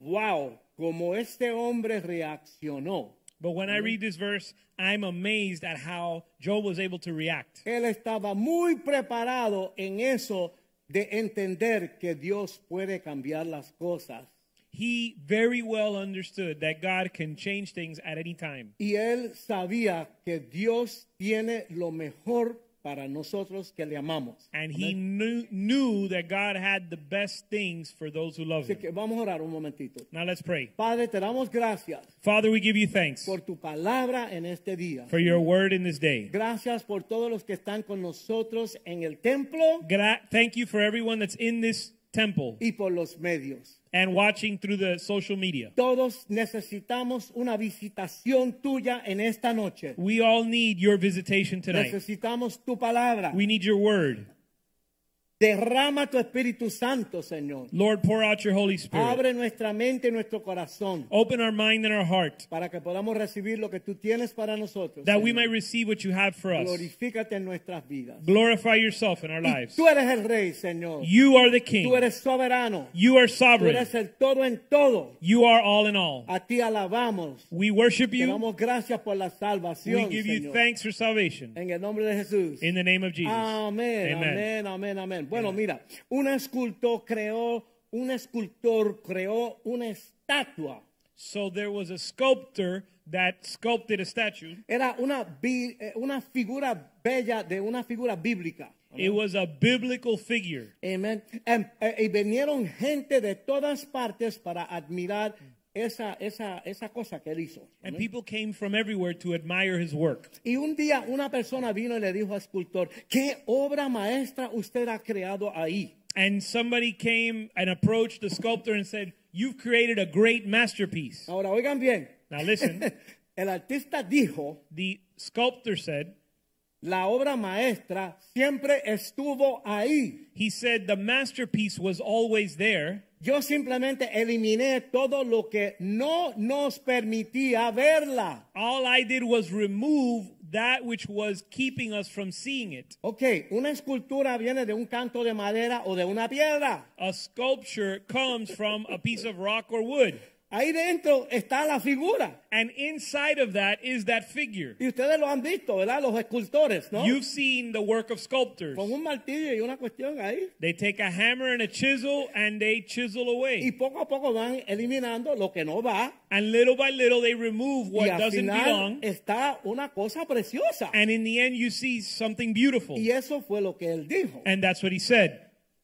wow, como este hombre reaccionó. But when I read this verse, I'm amazed at how Job was able to react. Él estaba muy preparado en eso de entender que Dios puede cambiar las cosas. He very well understood that God can change things at any time. Y él sabía que Dios tiene lo mejor para nosotros que le amamos. And he knew, knew that God had the best things for those who love Así him. que vamos a orar un momentito. Now let's pray. Padre, te damos gracias Father, we give you thanks por tu palabra en este día. for your word in this day. Gracias por todos los que están con nosotros en el templo Gra- thank you for everyone that's in this temple y por los medios. and watching through the social media. Todos necesitamos una visitación tuya en esta noche. We all need your visitation tonight. Necesitamos tu palabra. We need your word. Derrama tu Espíritu Santo, Señor. Lord, pour out your Holy Spirit. Abre nuestra mente y nuestro corazón Open our mind and our heart para que podamos recibir lo que tú tienes para nosotros. that we Señor. might receive what you have for us. Glorifícate en nuestras vidas. Glorify yourself in our Y lives. tú eres el rey, Señor. You are the Tú King. eres soberano. You are Tú sovereign. eres el todo en todo. You are all in all. A ti alabamos. We worship Te you. damos gracias por la salvación, We give you Señor. thanks for salvation. En el nombre de Jesús. In the name of Jesus. Amén, Amen. amén, amén, amén. Bueno, mira, un escultor creó, un escultor creó una estatua. So there was a sculptor that sculpted a statue. Era una, bi- eh, una figura bella de una figura bíblica. It was a biblical figure. Amén. Em, eh, Y vinieron gente de todas partes para admirar esa, esa, esa cosa que él hizo. And people came from everywhere to admire his work. Y un día una persona vino y le dijo al escultor, ¿qué obra maestra usted ha creado ahí? And somebody came and approached the sculptor and said, You've created a great masterpiece. Ahora, oigan bien, Now listen, <laughs> el artista dijo, the sculptor said, la obra maestra siempre estuvo ahí. He said the masterpiece was always there. Yo simplemente eliminé todo lo que no nos permitía verla. All I did was remove that which was keeping us from seeing it. Ok, una escultura viene de un canto de madera o de una piedra. A sculpture comes from a piece of rock or wood. Ahí dentro está la figura. And inside of that is that figure. Y ustedes lo han visto, ¿verdad? Los escultores, ¿no? You've seen the work of sculptors. Con un martillo y una cuestión ahí. They take a hammer and a chisel and they chisel Y away. poco a poco van eliminando lo que no va. And little by little they remove what y al doesn't final belong. está una cosa preciosa. And in the end you see something beautiful. y eso fue lo que él dijo. And that's what he said.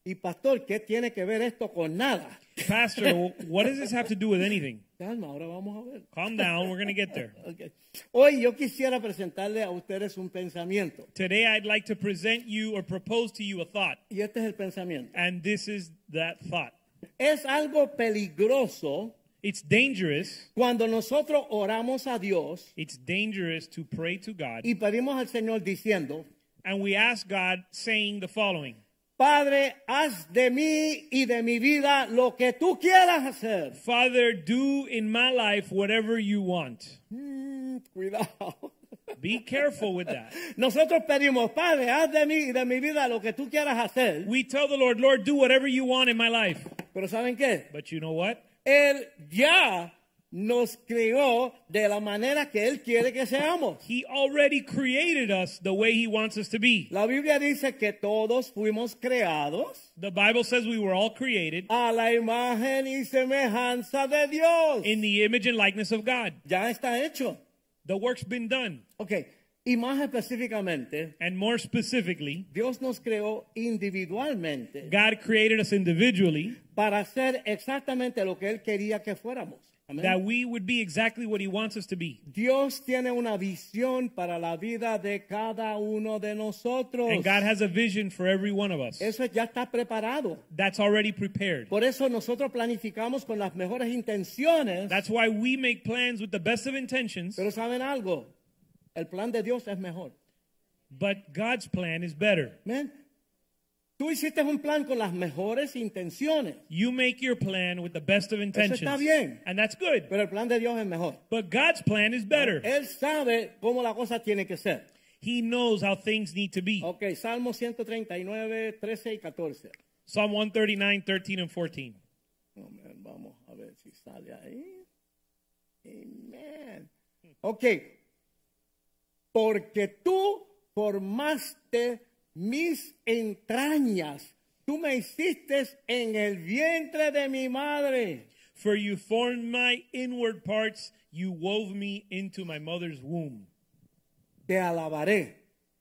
y pastor, ¿qué tiene que ver esto con nada? Pastor, <laughs> what does this have to do with anything? Calma, ahora vamos a ver. Calm down, we're going to get there. Ok. Hoy yo quisiera presentarle a ustedes un pensamiento. Today I'd like to present you or propose to you a thought, Y este es el pensamiento. and this is that thought. Es algo peligroso It's dangerous. cuando nosotros oramos a Dios It's dangerous to pray to God y pedimos al Señor diciendo, and we ask God saying the following. Padre, haz de mí y de mi vida lo que tú quieras hacer. <laughs> Father, do in my life whatever you want. Mm, cuidado. Be careful with that. Nosotros pedimos, Padre, haz de mí y de mi vida lo que tú quieras hacer. We tell the Lord, Lord, do whatever you want in my life. Pero ¿saben qué? But you know what? Él ya nos creó de la manera que Él quiere que seamos. He already created us the way he wants us to be. La Biblia dice que todos fuimos creados The Bible says we were all created a la imagen y semejanza de Dios. in the image and likeness of God. Ya está hecho. The work's been done. Ok, Y más específicamente, And more specifically, Dios nos creó individualmente God created us individually para hacer exactamente lo que Él quería que fuéramos. Amén. that we would be exactly what He wants us to be. Dios tiene una visión para la vida de cada uno de nosotros. And God has a vision for every one of us Eso ya está preparado. that's already prepared. Por eso nosotros planificamos con las mejores intenciones. That's why we make plans with the best of intentions, Pero saben algo, el plan de Dios es mejor. but God's plan is better. Amén. Tú hiciste un plan con las mejores intenciones, You make your plan with the best of intentions. está bien. And that's good. pero el plan de Dios es mejor. But God's plan is better. Él sabe cómo la cosa tiene que ser. He knows how things need to be. Ok, Salmo 139, 13 y 14. Psalm 139, 13, and 14. Amén. Vamos a ver si sale ahí. Amén. Ok. Porque tú formaste mis entrañas. Tú me hiciste en el vientre de mi madre. For you formed my inward parts, you wove me into my mother's womb. Te alabaré,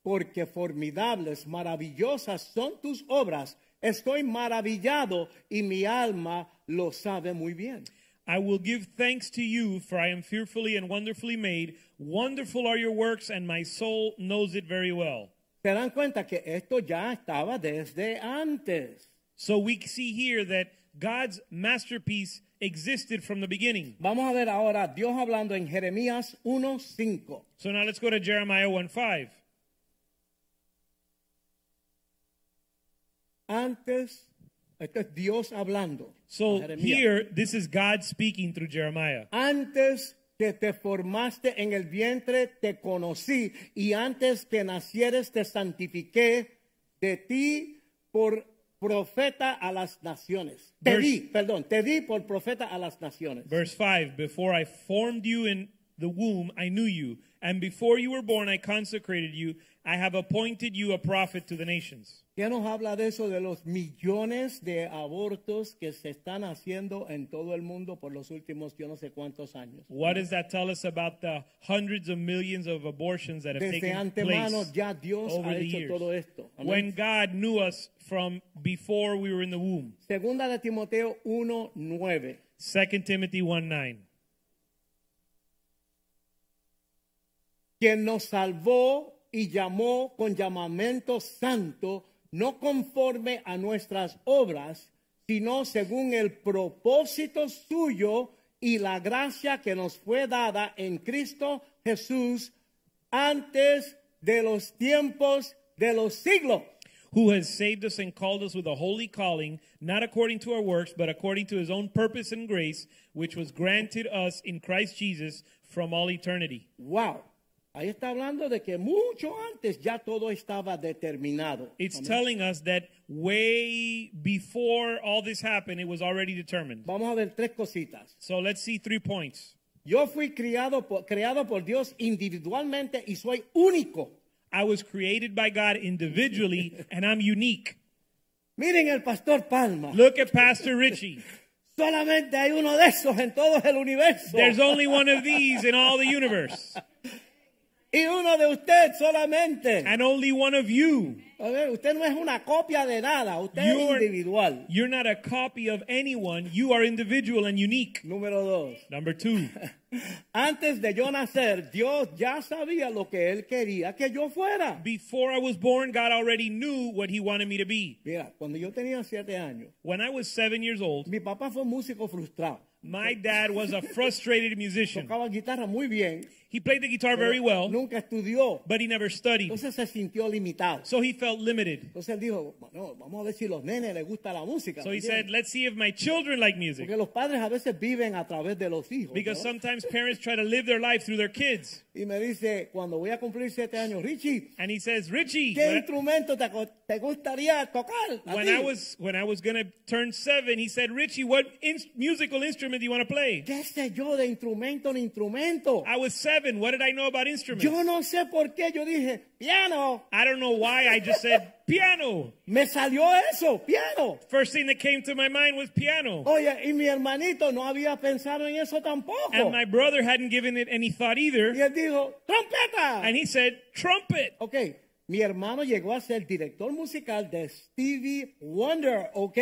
porque formidables, maravillosas son tus obras. Estoy maravillado y mi alma lo sabe muy bien. I will give thanks to you, for I am fearfully and wonderfully made. Wonderful are your works, and my soul knows it very well. Se dan cuenta que esto ya estaba desde antes. So we see here that God's masterpiece existed from the beginning. Vamos a ver ahora Dios hablando en Jeremías 1:5. So now let's go to Jeremiah 1 5. Antes, esto es Dios hablando. So a Jeremías. here, this is God speaking through Jeremiah. Antes que te formaste en el vientre, te conocí. Y antes que nacieres, te santifiqué de ti por profeta a las naciones. Te Verse- di, perdón, te di por profeta a las naciones. Verse 5 Before I formed you in the womb, I knew you. And before you were born, I consecrated you. I have appointed you a prophet to the nations. ¿Qué nos habla de eso? De los millones de abortos que se están haciendo en todo el mundo por los últimos yo no sé cuántos años. What does that tell us about the hundreds of millions of abortions that have Desde taken antemano place ya Dios ha over the hecho years? todo esto. Amén. When God knew us from before we were in the womb. Segunda de Timoteo 1:9. 2 Timothy 1 9. quien nos salvó y llamó con llamamiento santo, no conforme a nuestras obras, sino según el propósito suyo y la gracia que nos fue dada en Cristo Jesús antes de los tiempos de los siglos. who has saved us and called us with a holy calling, not according to our works, but according to his own purpose and grace, which was granted us in Christ Jesus from all eternity. Wow. Ahí está hablando de que mucho antes ya todo estaba determinado. It's Amén. telling us that way before all this happened, it was already determined. Vamos a ver tres cositas. So let's see three points. Yo fui criado por- creado por Dios individualmente y soy único. I was created by God individually, and I'm unique. Miren el pastor Palma. Look at Pastor Richie. Solamente hay uno de esos en todo el universo. There's only one of these in all the universe, Y uno de usted solamente. and only one of you. A ver, usted no es una copia de nada. Usted es individual. You're not a copy of anyone. You are individual and unique. Número dos. Number two, Antes de yo nacer, Dios ya sabía lo que Él quería que yo fuera. before I was born, God already knew what He wanted me to be. Mira, cuando yo tenía siete años, When I was seven years old, mi papá fue un músico frustrado. my dad was a frustrated musician. Tocaba guitarra muy bien. He played the guitar very pero well, Nunca estudió. but he never studied, Entonces se sintió limitado. so he felt limited. Entonces él dijo, bueno, vamos a ver si los nenes les gusta la música. So ¿me he said, entiendes? "Let's see if my children like music." Porque los padres a veces viven a través de los hijos. Because ¿no? sometimes parents try to live their life through their kids. Y me dice, cuando voy a cumplir siete años, Richie, And he says, "Richie, ¿qué when, instrumento te, co- te gustaría tocar? a when ti?" I was when I was gonna turn seven, he said, "Richie, what in- musical instrument do you want to play? ¿Qué sé yo de instrumento en instrumento? I was seven. What did I know about instruments? Yo no sé por qué yo dije, piano, I don't know why I just said <laughs> piano. me salió eso, piano. First thing that came to my mind was piano. Oye, y mi hermanito no había pensado en eso tampoco. And my brother hadn't given it any thought Y either. él dijo, trompeta. And he said, trumpet. ok, mi hermano llegó a ser director musical de Stevie Wonder, ¿ok?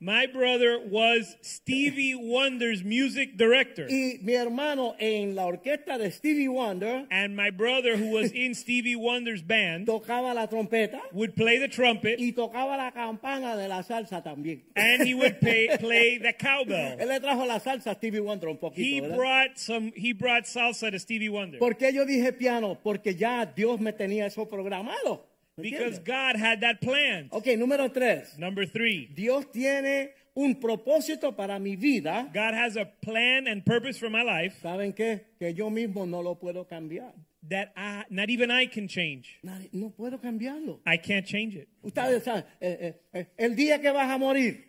My brother was Stevie Wonder's music director. Y mi hermano en la orquesta de Stevie Wonder And my brother, who was in Stevie Wonder's band, tocaba la trompeta would play the trumpet y tocaba la campana de la salsa también. and he would pay, play the <laughs> cowbell. Él le trajo la salsa a Stevie Wonder un poquito, He ¿verdad? brought some. He brought salsa to Stevie Wonder ¿Por qué yo dije piano? Porque ya Dios me tenía eso programado. ¿me because entiendes? God had that plan. ok, número tres. Number three, Dios tiene un propósito para mi vida. God has a plan and purpose for my life ¿Saben qué? Que yo mismo no lo puedo cambiar. that I, not even I can change. Nadie- no puedo cambiarlo. I can't change it. Ustedes saben, eh, eh, eh, el día que vas a morir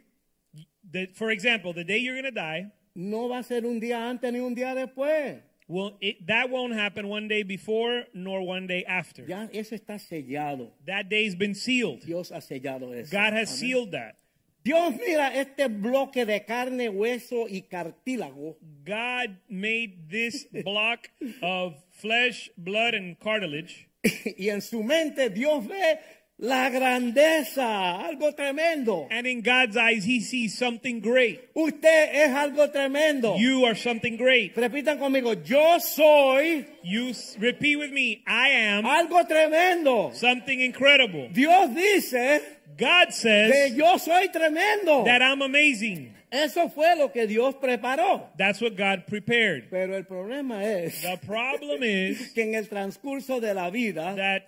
The, for example, the day you're gonna die, no va a ser un día antes ni un día después. well, it, that won't happen one day before nor one day after. Ya eso está sellado. That day's been sealed. Dios ha sellado eso. God has Amén. sealed that. Dios mira este bloque de carne, hueso y cartílago. <laughs> God made this block of flesh, blood, and cartilage. y en su mente Dios ve la grandeza, algo tremendo. And in God's eyes, he sees something great. Usted es algo tremendo. You are something great. Repitan conmigo, yo soy You s- repeat with me, I am algo tremendo. something incredible. Dios dice God que says yo soy tremendo. that I'm amazing. Eso fue lo que Dios preparó. That's what God prepared. Pero el problema es The problem is que en el transcurso de la vida that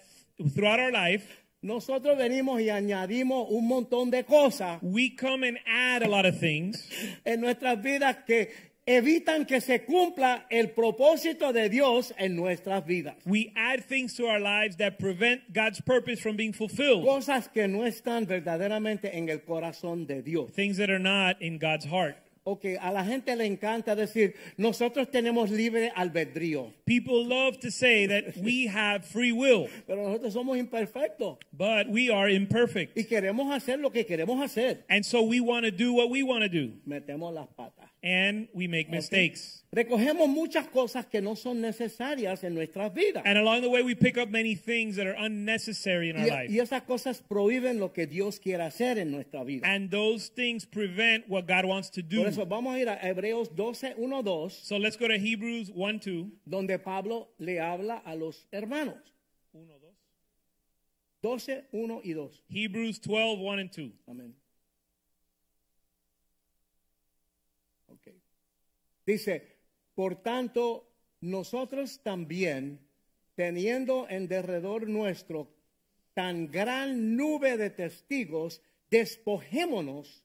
throughout our life, nosotros venimos y añadimos un montón de cosas we come and add a lot of things en nuestras vidas que evitan que se cumpla el propósito de Dios en nuestras vidas. We add things to our lives that prevent God's purpose from being fulfilled. Cosas que no están verdaderamente en el corazón de Dios. Things that are not in God's heart. Ok, a la gente le encanta decir, nosotros tenemos libre albedrío, People love to say that we have free will, pero nosotros somos imperfectos but we are imperfect. y queremos hacer lo que queremos hacer. And so we want to do what we want to do, Metemos las patas. and we make mistakes. Recogemos muchas cosas que no son necesarias en nuestras vidas. And along the way, we pick up many things that are unnecessary in our life. Y, y esas cosas prohíben lo que Dios quiere hacer en nuestra vida. And those things prevent what God wants to Por do. eso vamos a ir a Hebreos 12, 1, 2, So let's go to Hebrews 1 2. donde Pablo le habla a los hermanos. 12, 1 y 2. Hebrews 12 1 and 2. Amén. Ok. Dice, por tanto, nosotros también, teniendo en derredor nuestro tan gran nube de testigos, despojémonos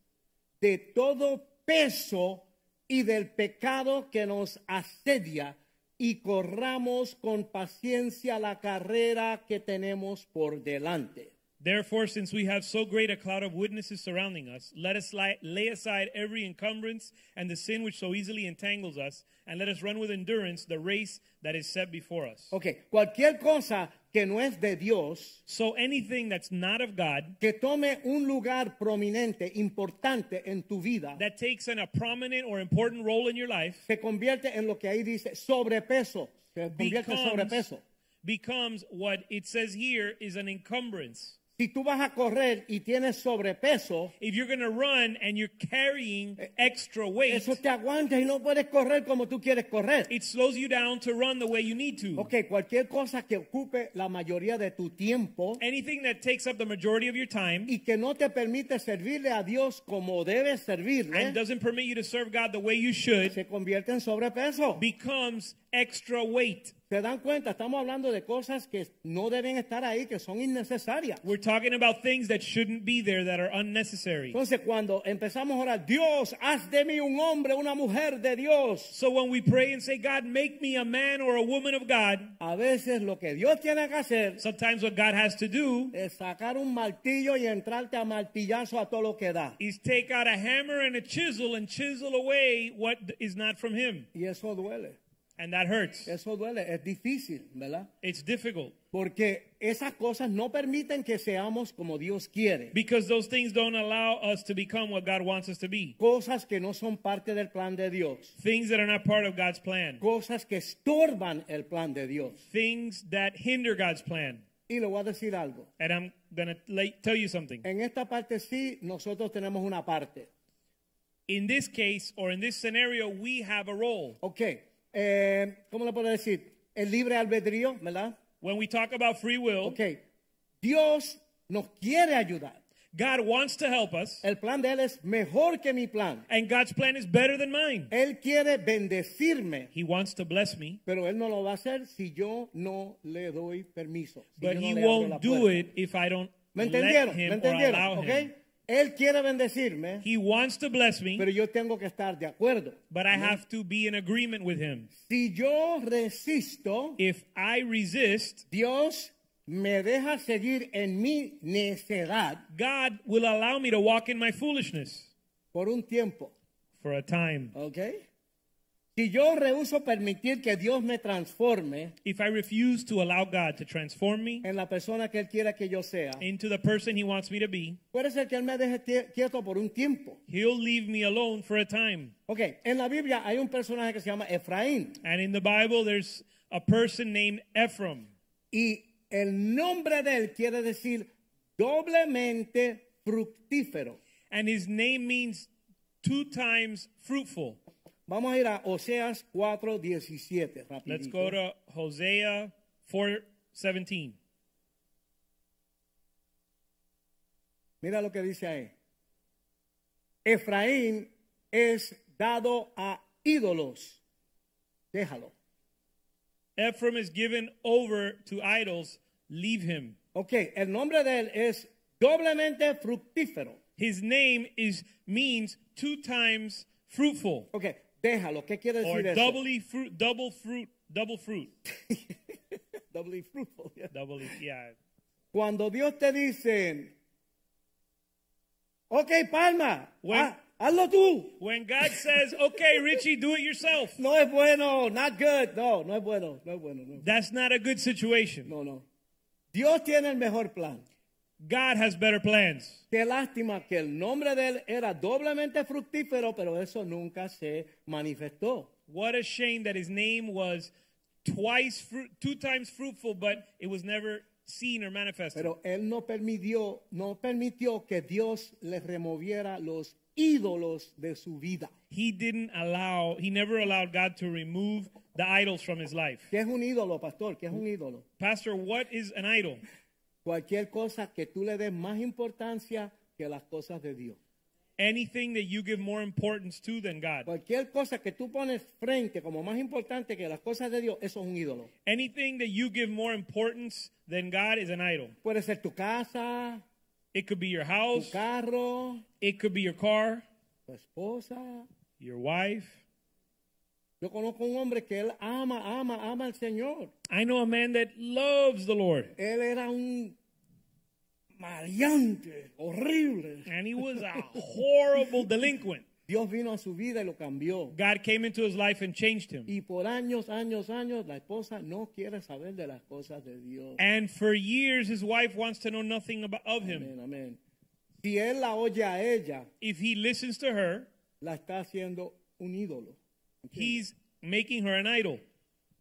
de todo peso y del pecado que nos asedia y corramos con paciencia la carrera que tenemos por delante. Therefore, since we have so great a cloud of witnesses surrounding us, let us li- lay aside every encumbrance and the sin which so easily entangles us, and let us run with endurance the race that is set before us. Ok, cualquier cosa que no es de Dios, So, anything that's not of God, que tome un lugar prominente, importante en tu vida, that takes on a prominent or important role in your life, se convierte en lo que ahí dice sobrepeso. Se convierte en becomes, sobrepeso. becomes what it says here is an encumbrance. Si tú vas a correr y tienes sobrepeso, If you're going to run and you're carrying extra weight, Eh, eso te aguanta y no puedes correr como tú quieres correr. it slows you down to run the way you need to. Ok, cualquier cosa que ocupe la mayoría de tu tiempo Anything that takes up the majority of your time y que no te permite servirle a Dios como debes servirle, and doesn't permit you to serve God the way you should se convierte en sobrepeso. becomes extra weight. Se dan cuenta, estamos hablando de cosas que no deben estar ahí, que son innecesarias. We're talking about things that shouldn't be there that are unnecessary. Entonces cuando empezamos a orar, Dios, haz de mí un hombre, una mujer de Dios. So when we pray and say, God, make me a man or a woman of God, A veces lo que Dios tiene que hacer sometimes what God has to do es sacar un martillo y entrarte a martillazo a todo lo que da. is take out a hammer and a chisel and chisel away what is not from Him. Y eso duele, And that hurts. eso duele, es difícil, ¿verdad? It's difficult Porque esas cosas no permiten que seamos como Dios quiere. because those things don't allow us to become what God wants us to be. Cosas que no son parte del plan de Dios. Things that are not part of God's plan. Cosas que estorban el plan de Dios. Things that hinder God's plan. Y le voy a decir algo. And I'm going to tell you something. En esta parte sí, nosotros tenemos una parte. In this case, or in this scenario, we have a role. Ok, eh, ¿cómo le puedo decir? El libre albedrío, ¿verdad? When we talk about free will, Ok, Dios nos quiere ayudar. God wants to help us, El plan de Él es mejor que mi plan. and God's plan is better than mine. Él quiere bendecirme, He wants to bless me, pero Él no lo va a hacer si yo no le doy permiso. si but yo no He le abro la won't do puerta. it if I don't ¿Me let entendieron? ¿Me Him or entendieron? allow Him. ¿Ok? Él quiere bendecirme, He wants to bless me, pero yo tengo que estar de acuerdo. but I have to be in agreement with Him. Si yo resisto, If I resist, Dios me deja seguir en mi necedad God will allow me to walk in my foolishness por un tiempo. for a time. ¿Ok? Si yo rehuso permitir que Dios me transforme If I refuse to allow God to transform me en la persona que Él quiera que yo sea, into the person He wants me to be, puede ser que Él me deje tie- quieto por un tiempo. He'll leave me alone for a time. Ok, en la Biblia hay un personaje que se llama Efraín And in the Bible, there's a person named Ephraim. y el nombre de él quiere decir doblemente fructífero. And his name means two times fruitful. Vamos a ir a Oseas 4:17. Let's rapidito. go to Hosea 4:17. Mira lo que dice ahí. Efraín es dado a ídolos. Déjalo. Ephraim is given over to idols. Leave him. Ok, el nombre de él es doblemente fructífero. His name is means two times fruitful Ok, déjalo. ¿Qué quiere or decir eso? doubly fruit, double fruit, double fruit, <laughs> Doubly fruitful. yeah. doubly. Yeah. Cuando Dios te dice, ok, Palma, When- ha- hazlo tú. When God says, "Okay, Richie, do it yourself," No es bueno, not good. No, no es bueno, no es bueno. No, es bueno. that's not a good situation. no. no. Dios tiene el mejor plan. God has better plans. Qué lástima que el nombre de él era doblemente fructífero, pero eso nunca se manifestó. What a shame that his name was twice, fruit, two times fruitful, but it was never seen or manifested. Pero él no permitió, no permitió que Dios le removiera los ídolos de su vida. he didn't allow. He never allowed God to remove the idols from his life. ¿Qué es un ídolo, pastor? ¿Qué es un ídolo? Pastor, what is an idol? Cualquier cosa que tú le des más importancia que las cosas de Dios. Anything that you give more importance to than God. Cualquier cosa que tú pones frente como más importante que las cosas de Dios, eso es un ídolo. Anything that you give more importance than God is an idol. Puede ser tu casa, It could be your tu house. carro, It could be your car, tu esposa, your wife. Yo conozco un hombre que él ama, ama, ama al Señor. I know a man that loves the Lord, Él era un maleante, horrible. and he was a horrible delinquent. Dios vino a su vida y lo cambió. God came into his life and changed him. Y por años, años, años, la esposa no quiere saber de las cosas de Dios. And for years, his wife wants to know nothing about, of him. Amén, amén. Si él la oye a ella, If he listens to her, la está haciendo un ídolo. he's making her an idol.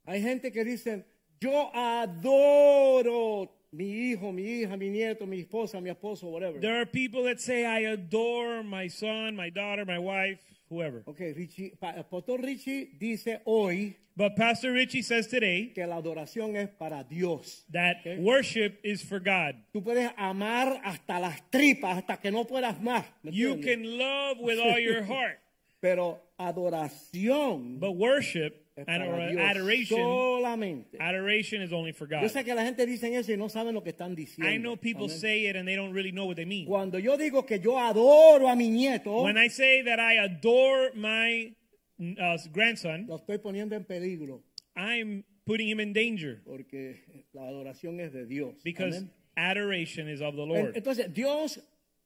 Hay gente que dicen, yo adoro mi hijo, mi hija, mi nieto, mi esposa, mi esposo, whatever. There are people that say, I adore my son, my daughter, my wife, whoever. ok, Richie, pa- Pastor Richie dice hoy But Pastor Richie says today que la adoración es para Dios. that Okay. worship is for God. Tú puedes amar hasta las tripas, hasta que no puedas más. ¿me You entiendes? can love with all your heart, Pero adoración But worship es and para or Dios adoration, solamente. adoration is only for Yo God. sé que la gente dice eso y no saben lo que están diciendo. I know people Amén. say it and they don't really know what they mean. Cuando yo digo que yo adoro a mi nieto, When I say that I adore my uh, grandson, lo estoy poniendo en peligro I'm putting him in danger porque la adoración es de Dios. because Amén. adoration is of the En- Lord. Entonces, Dios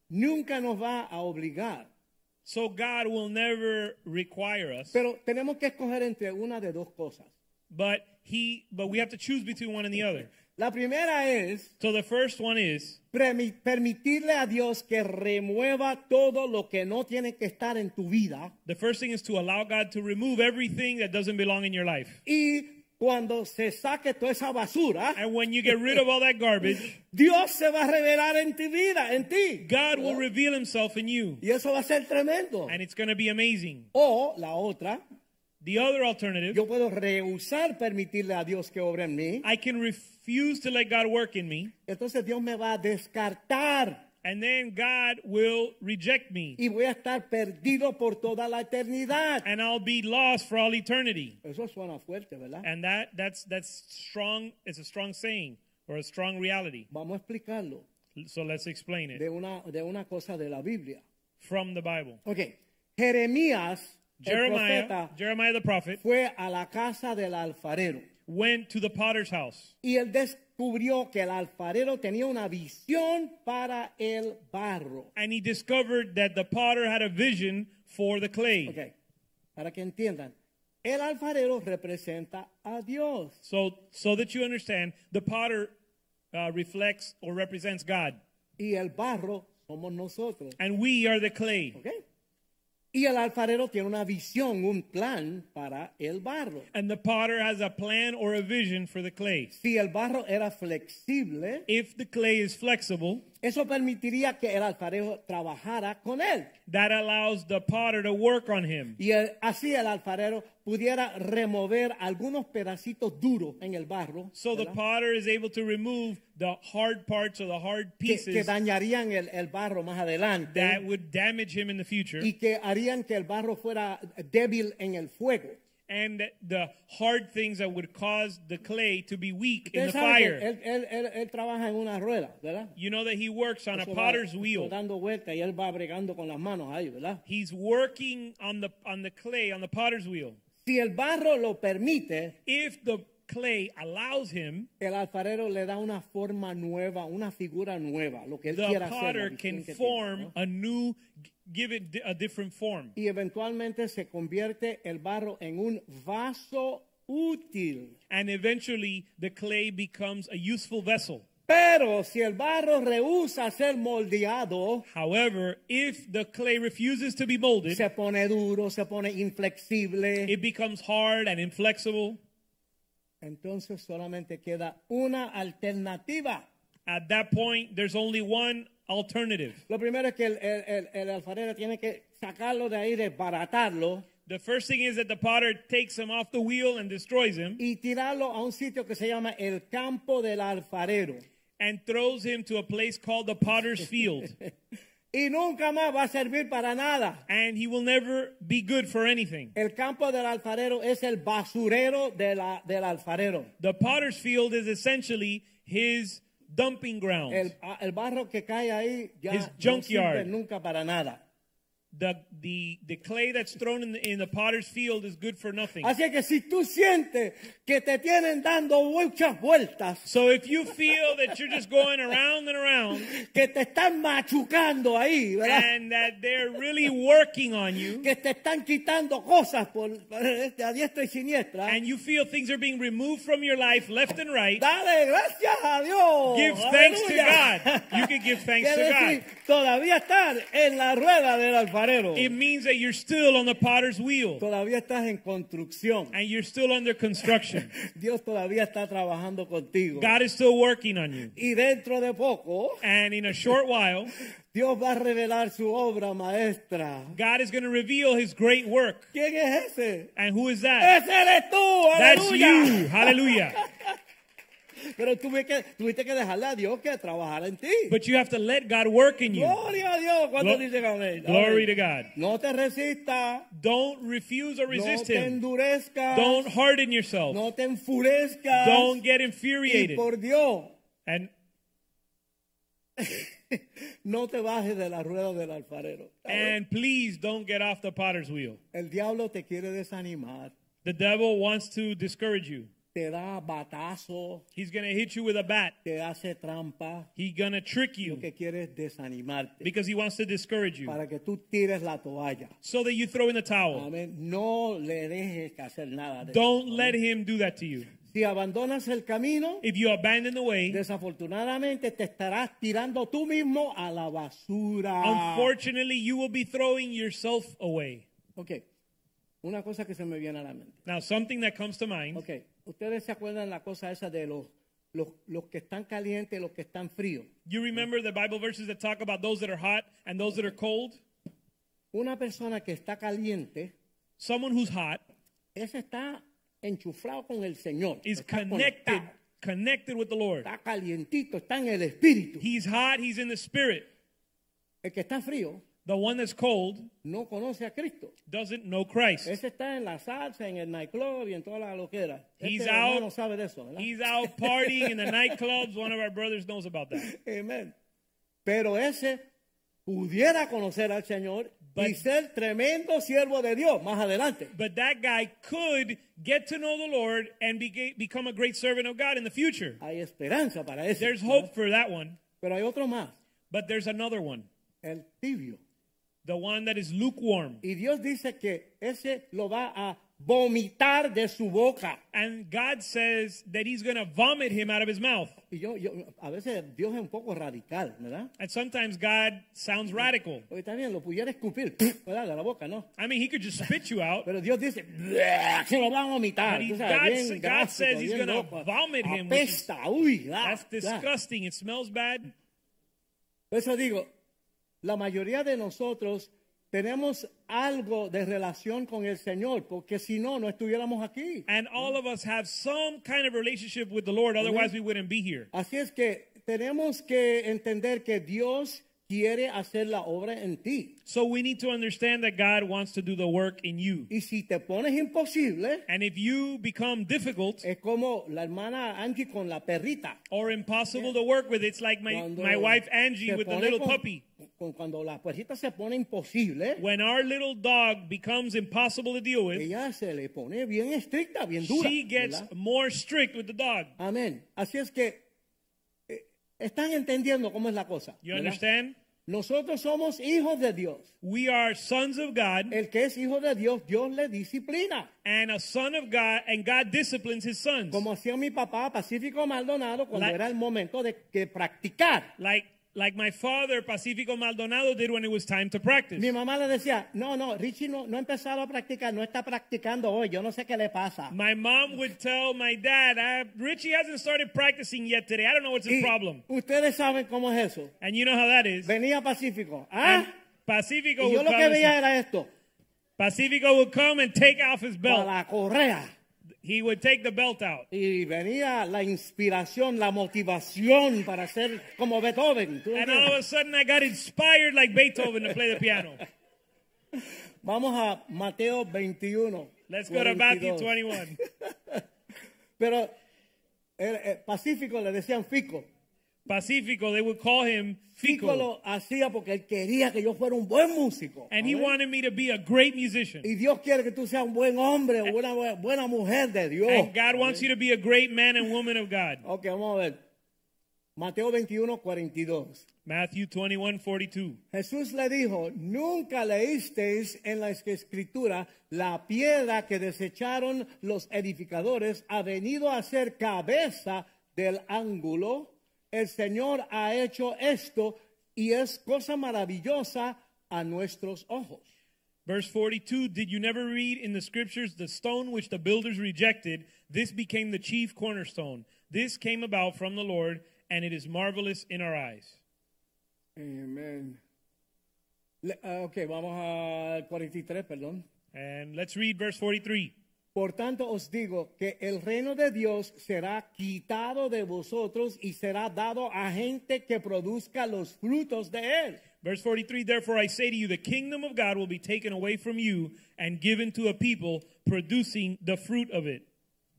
nunca nos va a obligar, So God will never require us, pero tenemos que escoger entre una de dos cosas. but he but we have to choose between one and the other. La primera es So the first one is premi- permitirle a Dios que remueva todo lo que no tiene que estar en tu vida the first thing is to allow God to remove everything that doesn't belong in your life. y cuando se saque toda esa basura, And when you get rid of all that garbage, Dios se va a revelar en tu vida, en ti. God will reveal himself in you. Y eso va a ser tremendo. And it's going to be amazing. O la otra, The other alternative, yo puedo rehusar permitirle a Dios que obre en mí. I can refuse to let God work in me, Entonces Dios me va a descartar and then God will reject me, y voy a estar perdido por toda la eternidad. and I'll be lost for all eternity. Eso suena fuerte, ¿verdad? And that that's that's strong. It's a strong saying or a strong reality. Vamos a explicarlo So let's explain de it una, de una cosa de la Biblia. from the Bible. Ok, Jeremías, el Jeremiah, profeta, Jeremiah the prophet, fue a la casa del alfarero went to the potter's house, y él descubrió que el alfarero tenía una visión para el barro. and he discovered that the potter had a vision for the clay. Ok, para que entiendan, el alfarero representa a Dios. So so that you understand, the potter uh, reflects or represents God, y el barro somos nosotros. and we are the clay. ¿ok? Y el alfarero tiene una visión, un plan para el barro. And the potter has a plan or a vision for the clay. Si el barro era flexible, If the clay is flexible, eso permitiría que el alfarero trabajara con él. that allows the potter to work on him. Y el- así el alfarero pudiera remover algunos pedacitos duros en el barro So the ¿verdad? potter is able to remove the hard parts or the hard que, que pieces dañarían el, el barro más adelante that would damage him in the future y que harían que el barro fuera débil en el fuego. and the hard things that would cause the clay to be weak in Usted the sabe que fire. él- él- él- él trabaja en una rueda, ¿verdad? You know that he works on a Eso va- potter's eso wheel. dando vuelta y él va bregando con las manos ahí, ¿verdad? He's working on the on the clay on the potter's wheel. Si el barro lo permite, If the clay allows him, el alfarero le da una forma nueva, una figura nueva, lo que él the quiera hacer. la potter visión can que tiene, form ¿no? a new, give it di- a different form. Y eventualmente se convierte el barro en un vaso útil. And eventually, the clay becomes a useful vessel. Pero si el barro rehúsa ser moldeado, However, if the clay refuses to be molded, se pone duro, se pone inflexible. it becomes hard and inflexible. Entonces solamente queda una alternativa. At that point, there's only one alternative. Lo primero es que el, el- el- el alfarero tiene que sacarlo de ahí, desbaratarlo The first thing is that the potter takes him off the wheel and destroys him y tirarlo a un sitio que se llama el campo del alfarero. and throws him to a place called the potter's field. Y nunca más va a servir para nada. And he will never be good for anything. El campo del alfarero es el basurero de la- del alfarero. The potter's field is essentially his dumping ground. El, a- el barro que cae ahí ya His no sirve junkyard. nunca para nada. the the the clay that's thrown in the, in the potter's field is good for nothing. Así que si tú sientes que te tienen dando muchas vueltas, So if you feel that you're just going around <laughs> and around que te están machucando ahí, ¿verdad? and that they're really working on you que te están quitando cosas por, este a diestra y siniestra. and you feel things are being removed from your life left and right, Dale gracias a Dios. give thanks to Aleluya. God. You can give thanks <laughs> Quiere to decir, God. todavía estás en la rueda del alfarero. It means that you're still on the potter's wheel Todavía estás en construcción. and you're still under construction. Dios todavía está trabajando contigo. God is still working on you. Y dentro de poco, And in a short while, Dios va a revelar su obra maestra. God is going to reveal his great work. ¿Quién es ese? And who is that? Ese eres tú. That's <laughs> Aleluya. you. Hallelujah. Pero tuve que, tuviste que dejarle a Dios que trabajara en ti. But you have to let God work in you. Gloria a Dios. ¿Cuántos Glo- dicen amén? Glory Amén. to God. No te resistas. Don't refuse or no resist te Him. endurezcas. Don't harden yourself. no te enfurezcas. Don't get y infuriated. por Dios, And no te bajes de la rueda del alfarero. and please don't get off the potter's wheel. El diablo te quiere desanimar. The devil wants to discourage you. Te da batazo. He's going to hit you with a bat. Te hace trampa. He's going to trick you Porque quiere desanimarte. because he wants to discourage you para que tú tires la toalla. so that you throw in the towel. Amén. No le dejes que hacer nada. de Don't eso. let him do that to you. Si abandonas el camino, If you abandon the way, desafortunadamente te estarás tirando tú mismo a la basura. unfortunately, you will be throwing yourself away. Ok. Una cosa que se me viene a la mente. Now, something that comes to mind Ok. Ustedes se acuerdan la cosa esa de los, los, los que están calientes y los que están fríos. you remember the Bible verses that talk about those that are hot and those that are cold? Una persona que está caliente, Someone who's hot ese está enchuflado con el Señor. is está connected, conectado, connected with the Lord. Está calientito, está en el espíritu. He's hot, he's in the spirit. El que está frío The one that's cold no conoce a Cristo. doesn't know Christ. Ese está en la salsa, en el nightclub y en toda la loquera. He's este hermano out. sabe de eso, ¿verdad? <laughs> He's out partying in the nightclubs. One of our brothers knows about that. Amen. Pero ese pudiera conocer al Señor y But- ser tremendo siervo de Dios más adelante. But that guy could get to know the Lord and be, become a great servant of God in the future. Hay esperanza para ese. There's ¿verdad? hope for that one, Pero hay otro más, but there's another one, el tibio. the one that is lukewarm. Y Dios dice que ese lo va a vomitar de su boca. And God says that he's going to vomit him out of his mouth. Y yo, yo, a veces Dios es un poco radical, ¿verdad? And sometimes God sounds radical. Porque está bien, lo pudiera escupir, ¿verdad? De la boca, ¿no? I mean, he could just spit you out. Pero Dios dice, "Bleh", se lo van a vomitar. But he- Tú sabes, God- bien God gráfico, says he's bien gonna loco. vomit him, which is- Apesta, uy. ah, <laughs> That's ah. disgusting. It smells bad. Por eso digo, la mayoría de nosotros tenemos algo de relación con el Señor, porque si no, no estuviéramos aquí. And all of us have some kind of relationship with the Lord, otherwise, we wouldn't be here. Así es que tenemos que entender que Dios quiere hacer la obra en ti. So we need to understand that God wants to do the work in you. Y si te pones imposible, And if you become difficult es como la hermana Angie con la perrita. or impossible to work with, it's like my, Cuando my wife Angie se with the pone little con- puppy. con- cuando la perrita se pone imposible, When our little dog becomes impossible to deal with, ella se le pone bien estricta, bien dura. she gets ¿verdad? more strict with the dog. Amén. Así es que eh, están entendiendo cómo es la cosa. You ¿verdad? understand? Nosotros somos hijos de Dios. We are sons of God, El que es hijo de Dios, Dios le disciplina. and a son of God, and God disciplines his sons. Como hacía mi papá Pacífico Maldonado cuando La- era el momento de que practicar. Like, like my father, Pacifico Maldonado, did when it was time to practice. Mi mamá le decía, no, no, Richie no, no ha empezado a practicar, no está practicando hoy, yo no sé qué le pasa. My mom would tell my dad, I, Richie hasn't started practicing yet today. I don't know what's Y his problem. ustedes saben cómo es eso. And you know how that is. Venía Pacífico. And ¿Ah? Pacifico Y yo would, lo come que and, veía era esto. Pacifico would come and take off his Para belt. la correa. He would take the belt out. Y venía la inspiración, la motivación para ser como Beethoven. ¿Tú And all entiendes? of a sudden, I got inspired like Beethoven to play <laughs> the piano. Vamos a Mateo 21. Let's go to Matthew 21. Pero eh, eh, Pacífico le decían Fico. Pacifico, they would call him Fico Fico. lo hacía porque él quería que yo fuera un buen músico. And he Amén. wanted me to be a great musician. Y Dios quiere que tú seas un buen hombre, o una bu- buena mujer de Dios. And God wants you to be a great man and woman of God. Ok, vamos a ver. Mateo 21, 42. Matthew 21, 42. Jesús le dijo, nunca leísteis en la escritura la piedra que desecharon los edificadores ha venido a ser cabeza del ángulo. El Señor ha hecho esto y es cosa maravillosa a nuestros ojos. Verse 42 Did you never read in the scriptures the stone which the builders rejected? This became the chief cornerstone. This came about from the Lord, and it is marvelous in our eyes. Amén. Le- ah, ok, vamos al 43, perdón. And let's read verse 43. Por tanto os digo que el reino de Dios será quitado de vosotros y será dado a gente que produzca los frutos de él. Verse 43 Therefore I say to you, the kingdom of God will be taken away from you and given to a people producing the fruit of it.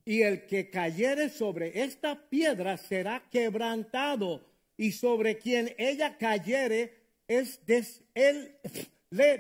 Y el que cayere sobre esta piedra será quebrantado, y sobre quien ella cayere, es des- él le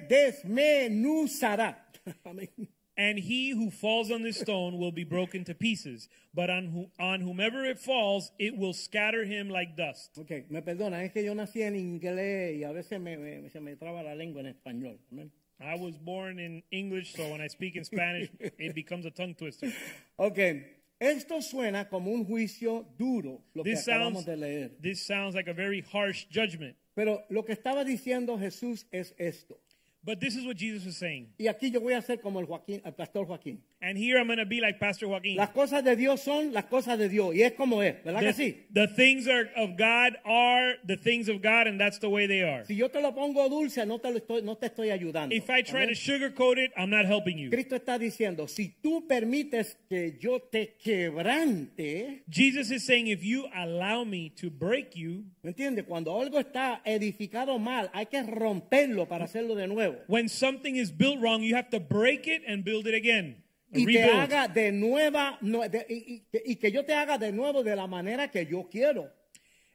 desmenuzará. <laughs> Amén. And he who falls on this stone will be broken to pieces, but on, who, on whomever it falls, it will scatter him like dust. Ok, me perdona, es que yo nací en inglés y a veces me, me- se me traba la lengua en español. Amén. I was born in English, so when I speak <laughs> in Spanish, it becomes a tongue twister. Ok, esto suena como un juicio duro, lo que This acabamos sounds, de leer. this sounds like a very harsh judgment. Pero lo que estaba diciendo Jesús es esto. But this is what Jesus was saying. Y aquí yo voy a ser como el, Joaquín, el pastor Joaquín. And here I'm going to be like Pastor Joaquin. Las cosas de Dios son las cosas de Dios y es como es, ¿verdad que The, sí? the things are, of God are the things of God, and that's the way they are. Si yo te lo pongo dulce, no te, lo estoy, no te estoy ayudando. If I try Amén. to sugarcoat it, I'm not helping you. Cristo está diciendo, si tú permites que yo te quebrante, Jesus is saying, if you allow me to break you, ¿me entiendes? Cuando algo está edificado mal, hay que romperlo para hacerlo de nuevo. when something is built wrong, you have to break it and build it again. Y te Rebuild. haga de nueva, no- de- y- y- y que yo te haga de nuevo de la manera que yo quiero.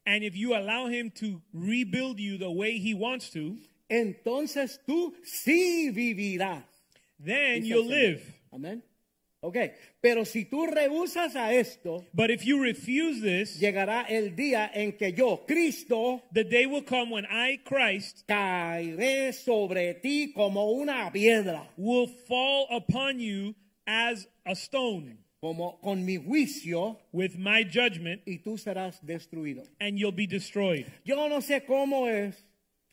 And if you allow him to rebuild you the way he wants to, Entonces tú sí vivirás. then Dice you'll el Señor. live. Amén. Ok, pero si tú rehusas a esto, But if you refuse this, llegará el día en que yo, Cristo, the day will come when I, Christ, caeré sobre ti como una piedra, will fall upon you as a stone como con mi juicio, with my judgment, y tú serás destruido. and you'll be destroyed. Yo no sé cómo es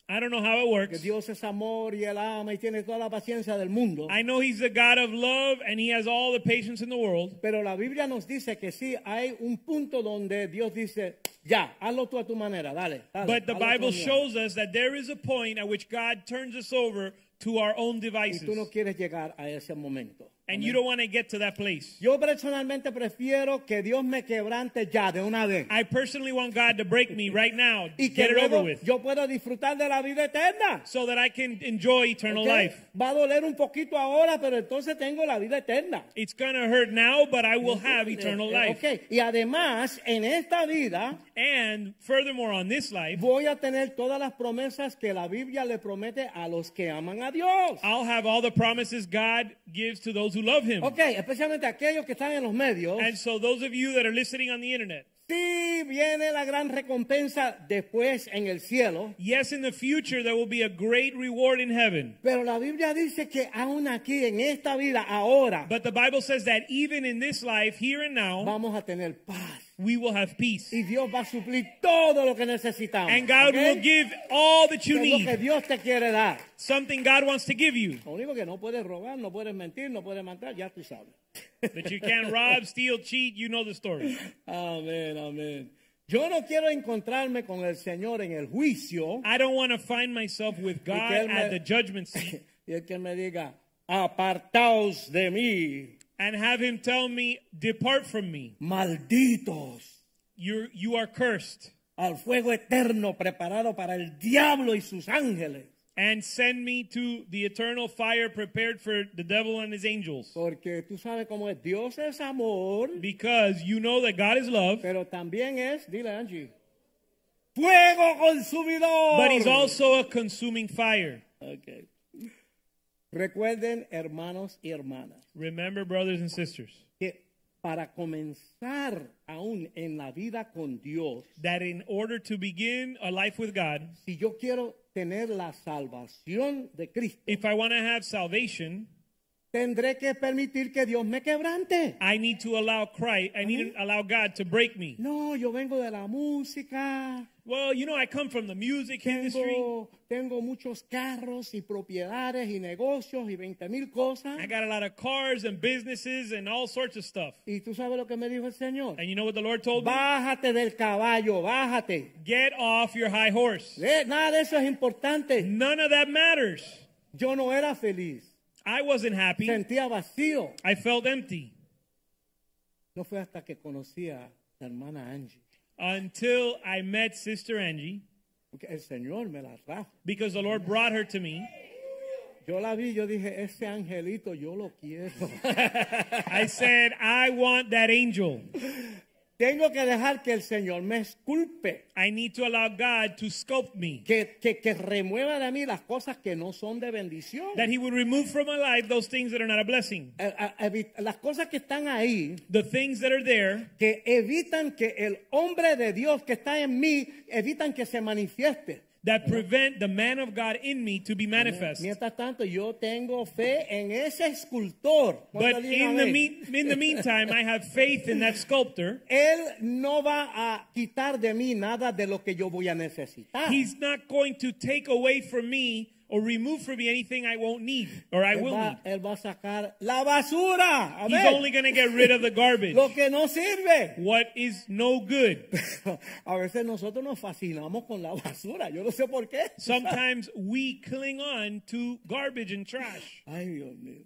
I don't know how it que works. Dios es amor y él ama y tiene toda la paciencia del mundo, I know He's the God of love and He has all the patience in the world. pero la Biblia nos dice que sí hay un punto donde Dios dice, ya, hazlo tú a tu manera, dale. dale, But hazlo tú the a Bible mi manera". shows us that there is a point at which God turns us over to our own y tú no devices. quieres llegar a ese momento. And you don't want to get to that place. Yo personalmente prefiero que Dios me quebrante ya de una vez. I personally want God to break me right now, y que get it over luego with, yo pueda disfrutar de la vida eterna. so that I can enjoy eternal ¿ok? life. Va a doler un poquito ahora, pero entonces tengo la vida eterna. It's going to hurt now, but I will have eternal Eh, life. ok, Y además, en esta vida And furthermore, on this life, voy a tener todas las promesas que la Biblia le promete a los que aman a Dios. I'll have all the promises God gives to those who love Him. Ok, especialmente aquellos que están en los medios. And so, those of you that are listening on the internet, Sí viene la gran recompensa después en el cielo. yes, in the future, there will be a great reward in heaven. Pero la Biblia dice que aún aquí, en esta vida, ahora, But the Bible says that even in this life, here and now, vamos a tener paz. we will have peace. Y Dios va a suplir todo lo que necesitamos. And ¿ok? God will give all that Que you es lo que need, Dios te quiere dar. something God wants to give you. Lo único que no puedes robar, no puedes mentir, no puedes matar, ya tú sabes. That you can't rob, steal, cheat, you know the story. Amén, amén. Yo no quiero encontrarme con el Señor en el juicio <laughs> I don't want to find myself with God él me- at the judgment seat y el que me diga, apartaos de mí, and have Him tell me, Depart from me. malditos, You're, you are cursed. al fuego eterno preparado para el diablo y sus ángeles. and send me to the eternal fire prepared for the devil and his angels. Porque tú sabes cómo es, Dios es amor, Because you know that God is love, pero también es, dile Angie, fuego consumidor. but he's also a consuming fire. Ok. Recuerden, hermanos y hermanas, Remember, brothers and sisters, que para comenzar aún en la vida con Dios, that in order to begin a life with God, si yo quiero tener la salvación de Cristo, if I want to have salvation, tendré que permitir que Dios me quebrante. I need to allow Christ, I need to allow God to break me. No, yo vengo de la música, Well, you know, I come from the music industry. tengo, tengo muchos carros y propiedades y negocios y 20 mil cosas. I got a lot of cars and businesses and all sorts of stuff. Y tú sabes lo que me dijo el Señor. And you know what the Lord told me? Bájate del caballo, bájate. Get off your high horse. Eh, Nada de eso es importante. None of that matters. Yo no era feliz. I wasn't happy. Sentía vacío. I felt empty No fue hasta que conocí a la hermana Angie. until I met Sister Angie Porque el Señor me la trajo. because the Lord brought her to me. Yo la vi, yo dije, ese angelito yo lo quiero. <laughs> I said, I want that angel. Tengo que dejar que el Señor me esculpe, I need to allow God to sculpt me. que, que, que remueva de mí las cosas que no son de bendición. That he would remove from my life those things that are not a blessing. Eh, eh, evi- Las cosas que están ahí, The things that are there que evitan que el hombre de Dios que está en mí, evitan que se manifieste. that prevent the man of God in me to be manifest. Mientras tanto, yo tengo fe en ese escultor. ¿Cuánto But digan in the, amén? mean, in the meantime, I have faith in that sculptor. Él no va a quitar de mí nada de lo que yo voy a necesitar. He's not going to take away from me or remove from me anything I won't need or I él, will va, need. él va a sacar la basura. A He's ver, only going to get rid <laughs> of the garbage. lo que no sirve. <laughs> What is no good. A veces nosotros nos fascinamos con la basura. Yo no sé por qué. Sometimes we cling on to garbage and trash. <laughs> Ay, Dios mío.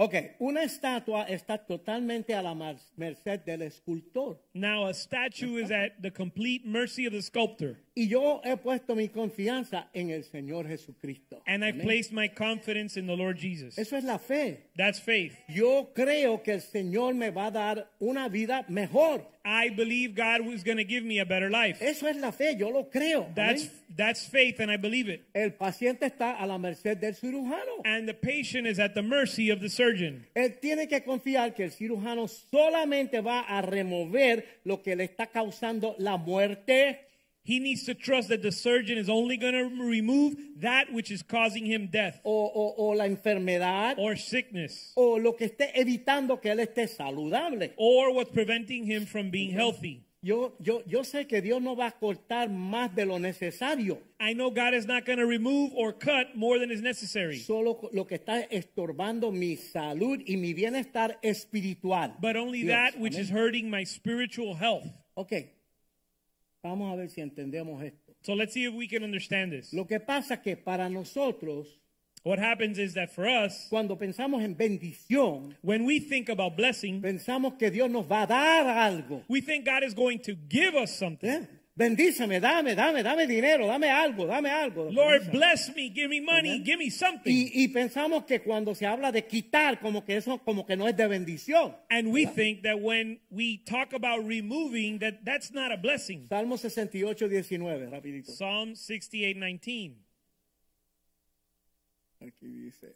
Ok, una estatua está totalmente a la mar- merced del escultor. Now, a statue is at the complete mercy of the sculptor. Y yo he puesto mi confianza en el Señor Jesucristo. And I've Amén. placed my confidence in the Lord Jesus. Eso es la fe. That's faith. Yo creo que el Señor me va a dar una vida mejor. I believe God was going to give me a better life. Eso es la fe, yo lo creo. Amén. That's, that's faith, and I believe it. El paciente está a la merced del cirujano. And the patient is at the mercy of the surgeon. Él tiene que confiar que el cirujano solamente va a remover lo que le está causando la muerte. He needs to trust that the surgeon is only going to remove that which is causing him death o, o- o la enfermedad or sickness o lo que esté evitando que él esté saludable. or what's preventing him from being healthy. Yo, yo, yo sé que Dios no va a cortar más de lo necesario, I know God is not going to remove or cut more than is necessary, solo co- lo que está estorbando mi salud y mi bienestar espiritual. but only Dios, that which amén. is hurting my spiritual health. Ok, vamos a ver si entendemos esto. So let's see if we can understand this. Lo que pasa es que para nosotros, What happens is that for us, cuando pensamos en bendición, when we think about blessing, pensamos que Dios nos va a dar algo. we think God is going to give us something. ¿eh? Bendíceme, dame, dame, dame dinero, dame algo, dame algo. Lord, Bendice. bless me, give me money, give me something. Y, y pensamos que cuando se habla de quitar, como que eso como que no es de bendición. And we think that when we talk about removing, that that's not a blessing. Salmo 68, 19, rapidito. Psalm 68, 19. Aquí dice.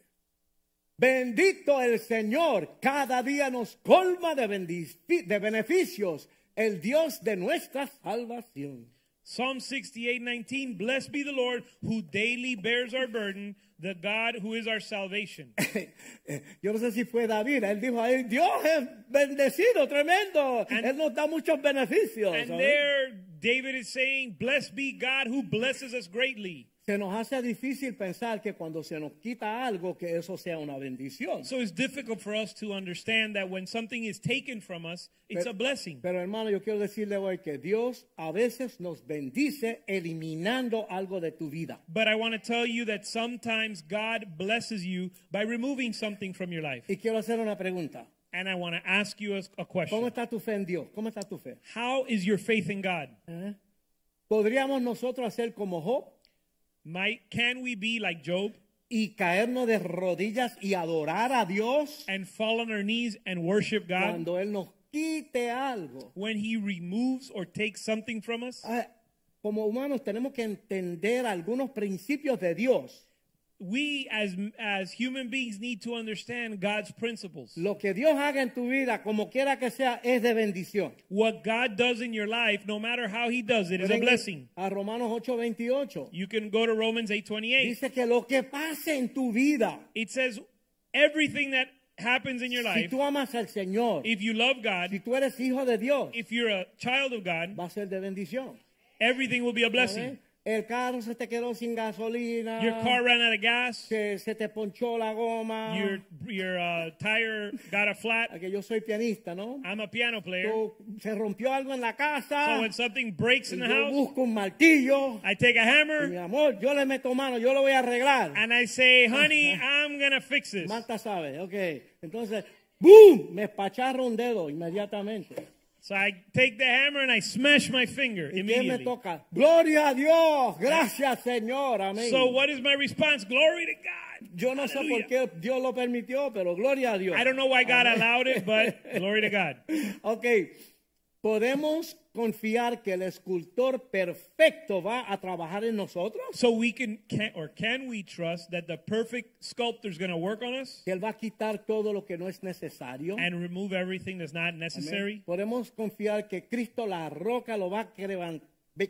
Bendito el Señor, cada día nos colma de, bendici- de beneficios, el Dios de nuestra salvación. <laughs> Psalm 68, 19. Blessed be the Lord who daily bears our burden, the God who is our salvation. Yo no sé si fue David, él dijo ahí, Dios es bendecido, tremendo, And- él nos da muchos beneficios. and ¿sabes? there, David is saying, Blessed be God who blesses us greatly. Se nos hace difícil pensar que cuando se nos quita algo, que eso sea una bendición. So it's difficult for us to understand that when something is taken from us, it's a blessing. Pero hermano, yo quiero decirle hoy que Dios a veces nos bendice eliminando algo de tu vida. But I want to tell you that sometimes God blesses you by removing something from your life. Y quiero hacer una pregunta. And I want to ask you a, a ¿Cómo question. está tu fe en Dios? ¿Cómo está tu fe? How is your faith in God? ¿Podríamos nosotros hacer como Job Might can we be like Job y caernos de rodillas y adorar a Dios and fall on our knees and worship God cuando Él nos quite algo? when he removes or takes something from us? Ah, Como humanos tenemos que entender algunos principios de Dios. We as as human beings need to understand God's principles. Lo que Dios haga en tu vida, como quiera que sea, es de bendición. What God does in your life, no matter how he does it, is a Pueden ir blessing. A Romanos 8:28. You can go to Romans 8:28. Dice que lo que pase en tu vida, It says everything that happens in your si life, tú amas al Señor, if you love si God, tú eres hijo de Dios, if you're a child of God, va a ser de bendición. everything will be a ¿Amén? blessing. ¿eh? El carro se te quedó sin gasolina. Ah, Your car ran out of gas. se, se te ponchó la goma. Ah, Your your uh, tire got a flat. que yo soy pianista, ¿no? I'm a piano player. Yo- se rompió algo en la casa. So when something breaks Oh, in the yo house, Ah, busco un martillo. I take a Mi hammer amor, yo le meto mano, yo lo voy a arreglar. and I say, "Honey, I'm gonna fix this." Marta sabe, ok. Entonces, ¡boom! Me espacharro un dedo inmediatamente. So I take the hammer and I smash my finger ¿Y qué me immediately. toca? ¡Gloria a Dios! ¡Gracias, Señor! Amén. So what is my response? Glory to God. yo no sé por Hallelujah. qué Dios lo permitió, pero gloria a Dios. I don't know why God allowed it, but glory to God. Ok, podemos confiar que el escultor perfecto va a trabajar en nosotros, So we can, can or can we trust that the perfect sculptor is going to work on us que él va a quitar todo lo que no es necesario. and remove everything that's not necessary? Podemos confiar que Cristo la roca lo va a quebran-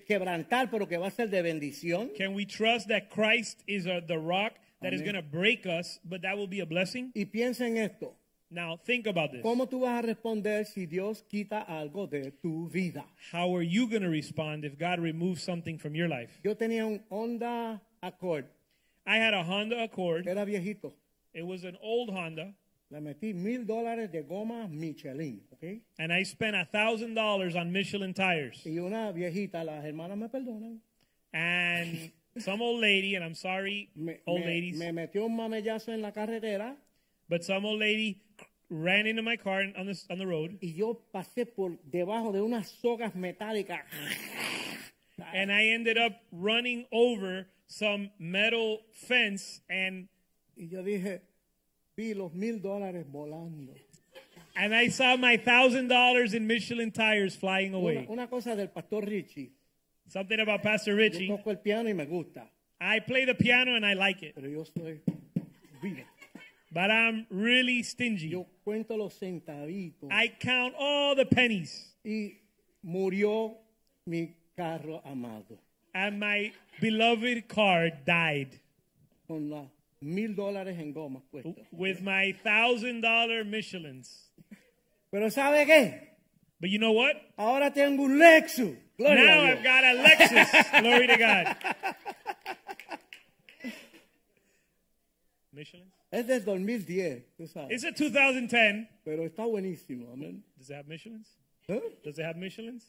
quebrantar, pero que va a ser de bendición. Can we trust that Christ is uh, the rock that is going to break us, but that will be a blessing? Y piensa en esto. Now think about this. ¿Cómo tú vas a responder si Dios quita algo de tu vida? How are you going to respond if God removes something from your life? Yo tenía un Honda Accord, I had a Honda Accord. era viejito. It was an old Honda, Le metí mil dólares de goma Michelin, ¿ok? and I spent a thousand dollars on Michelin tires. Y una viejita, las hermanas me perdonan, And some old lady, and I'm sorry, me, old me- ladies, me metió un mamellazo en la carretera but some old lady ran into my car on the on the road, y yo pasé por debajo de unas sogas metálicas. and I ended up running over some metal fence, and Y yo dije, vi los mil dólares volando. and I saw my thousand dollars in Michelin tires flying Una, away. una cosa del pastor Richie. Something about Pastor Yo Richie. toco el piano y me gusta, I play the piano and I like it, pero yo soy vivo. but I'm really stingy. Yo cuento los centavitos. I count all the pennies, Y murió mi carro amado. and my beloved car died. Con los mil dólares en goma puestos. with my thousand dollar Michelins. Pero ¿sabe qué? But you know what? Ahora tengo un Lexus. Gloria now a Dios. I've got a <laughs> Lexus. Glory to God. Michelin? Es del 2010, tú sabes. It's a 2010. Pero está buenísimo, amén. Does it have Michelins? ¿Eh? Does it have Michelins?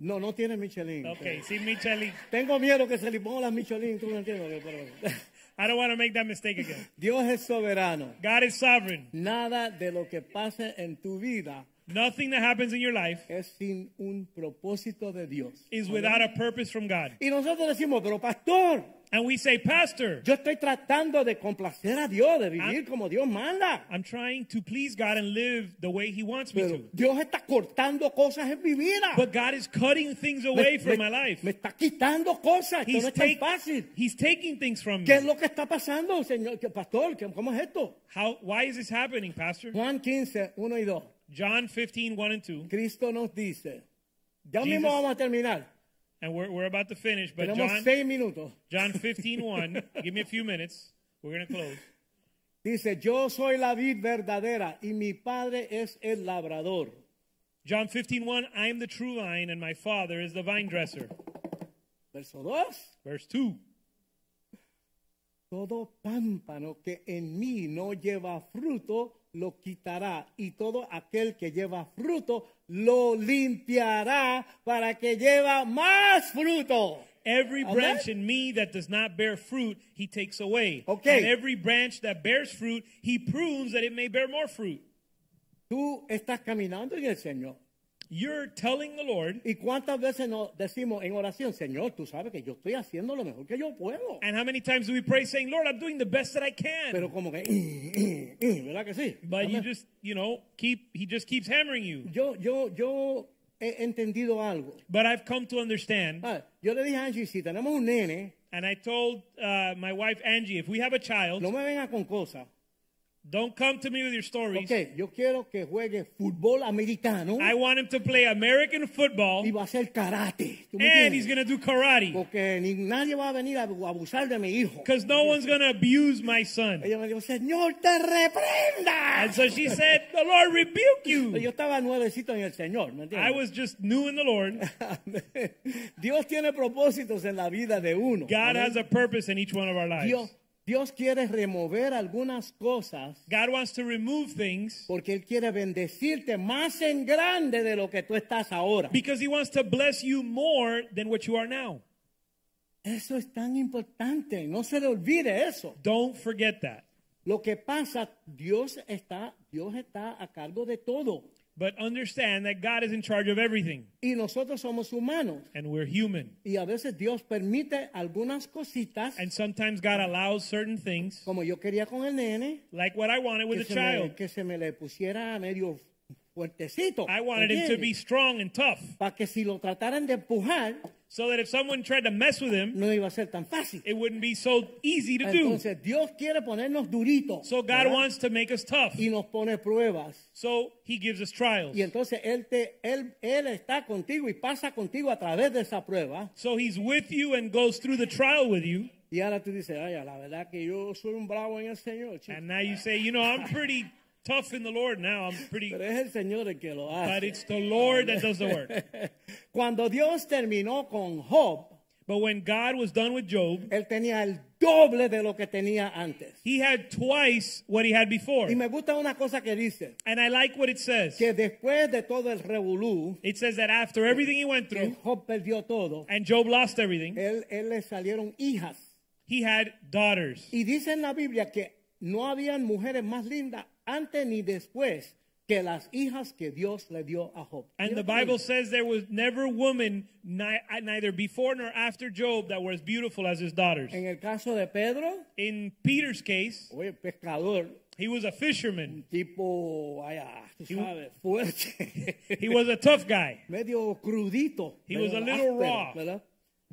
No, no tiene Michelin. Okay, see Michelin. Tengo miedo que se le ponga las Michelin, tú no entiendes. <laughs> Pero... I don't want to make that mistake again. Dios es soberano. God is sovereign. Nada de lo que pase en tu vida Nothing that happens in your life es sin un propósito de Dios. is without a purpose from God. Y nosotros decimos, pero pastor, And we say, Pastor, yo estoy tratando de complacer a Dios, de Ah. vivir como Dios manda. I'm trying to please God and live the way He wants me Pero to. Dios está cortando cosas en mi vida. But God is cutting things away from my life. me está quitando cosas. Esto He's, no es tan take- fácil. he's taking things from ¿Qué es me. lo que está pasando, señor? ¿Qué- Pastor, ¿Qué- ¿cómo es esto? How, why is this happening, Pastor? Juan 15, 1 y 2. John 15, 1 and 2. Cristo nos dice, ya mismo Jesus- vamos a terminar. And we're, we're about to finish, but Tenemos John, seis minutos. John 15, 1. Give me a few minutes. We're going to close. Dice, yo soy la vid verdadera y mi padre es el labrador. John 15, 1. I am the true vine, and my Father is the vine dresser. Verso 2. Verse 2. Todo pámpano que en mí no lleva fruto, lo quitará. Y todo aquel que lleva fruto, lo limpiará para que lleva más fruto. Every Amen. branch in me that does not bear fruit, he takes away. Okay. And every branch that bears fruit, he prunes that it may bear more fruit. Tú estás caminando en el Señor. You're telling the Lord, ¿Y cuántas veces nos decimos en oración, Señor, tú sabes que yo estoy haciendo lo mejor que yo puedo? and how many times do we pray saying, Lord, I'm doing the best that I can? Pero como que, "Eh, eh, eh", ¿verdad que sí? But you Amén. just, you know, keep he just keeps hammering you. Yo, yo, yo he entendido algo. But I've come to understand, Ah, yo le dije a Angie, si tenemos un nene, and I told uh, my wife Angie, if we have a child, no me venga con cosas. Don't come to me with your stories. Ok, yo quiero que juegue fútbol americano I want him to play American football y va a hacer karate. ¿Tú me and he's entiendes? going to do karate Porque ni, nadie va a venir a a abusar de mi hijo. because no one's going to abuse my son. Ella me dijo, Señor, te reprenda. And so she said, The Lord rebuke Yo you. estaba nuevecito en el Señor, ¿me I entiendes? was just new in the Lord. <laughs> Dios tiene propósitos en la vida de uno. Amén. God has a purpose in each one of our lives. Dios, Dios quiere remover algunas cosas God wants to remove things porque Él quiere bendecirte más en grande de lo que tú estás ahora. because he wants to bless you more than what you are now. Eso es tan importante, no se le olvide eso. Don't forget that. Lo que pasa, Dios está, Dios está a cargo de todo. But understand that God is in charge of everything Y nosotros somos humanos. and we're human. Y a veces Dios permite algunas cositas, And sometimes God allows certain things, como yo quería con el nene, like what I wanted with que se, the me, child. que se me le pusiera medio fuertecito. I wanted him to be strong and tough Para que si lo trataran de empujar, so that if someone tried to mess with him, no iba a ser tan fácil. it wouldn't be so easy to do. Entonces Dios quiere ponernos duritos. So God ¿verdad? wants to make us tough. y nos pone pruebas. So he gives us trials. Y entonces él, te, él, él está contigo y pasa contigo a través de esa prueba. So he's with you and goes through the trial with you. Y ahora tú dices, ay, la verdad que yo soy un bravo en el Señor. chico". And now you say, you know, I'm pretty tough in the Lord now. I'm pretty, Pero es el Señor el que lo but hace. it's the Lord that does the work. Cuando Dios terminó con Job, But when God was done with Job, él tenía el doble de lo que tenía antes. he had twice what he had before. Y me gusta una cosa que dice, And I like what it says. que después de todo el revolú, It says that after everything he went que through Job perdió todo, and Job lost everything, él, él le salieron hijas. he had daughters. Y dice en la Biblia que no habían mujeres más lindas antes ni después que las hijas que Dios le dio a Job. And Mira the qué Bible lindo. says there was never woman ni- neither before nor after Job that were as beautiful as his daughters. En el caso de Pedro, In Peter's case, oye, pescador, he was a fisherman. tipo, vaya, tú sabes, fuerte, He was a tough guy. medio crudito. He medio was a little áspero, raw. ¿verdad?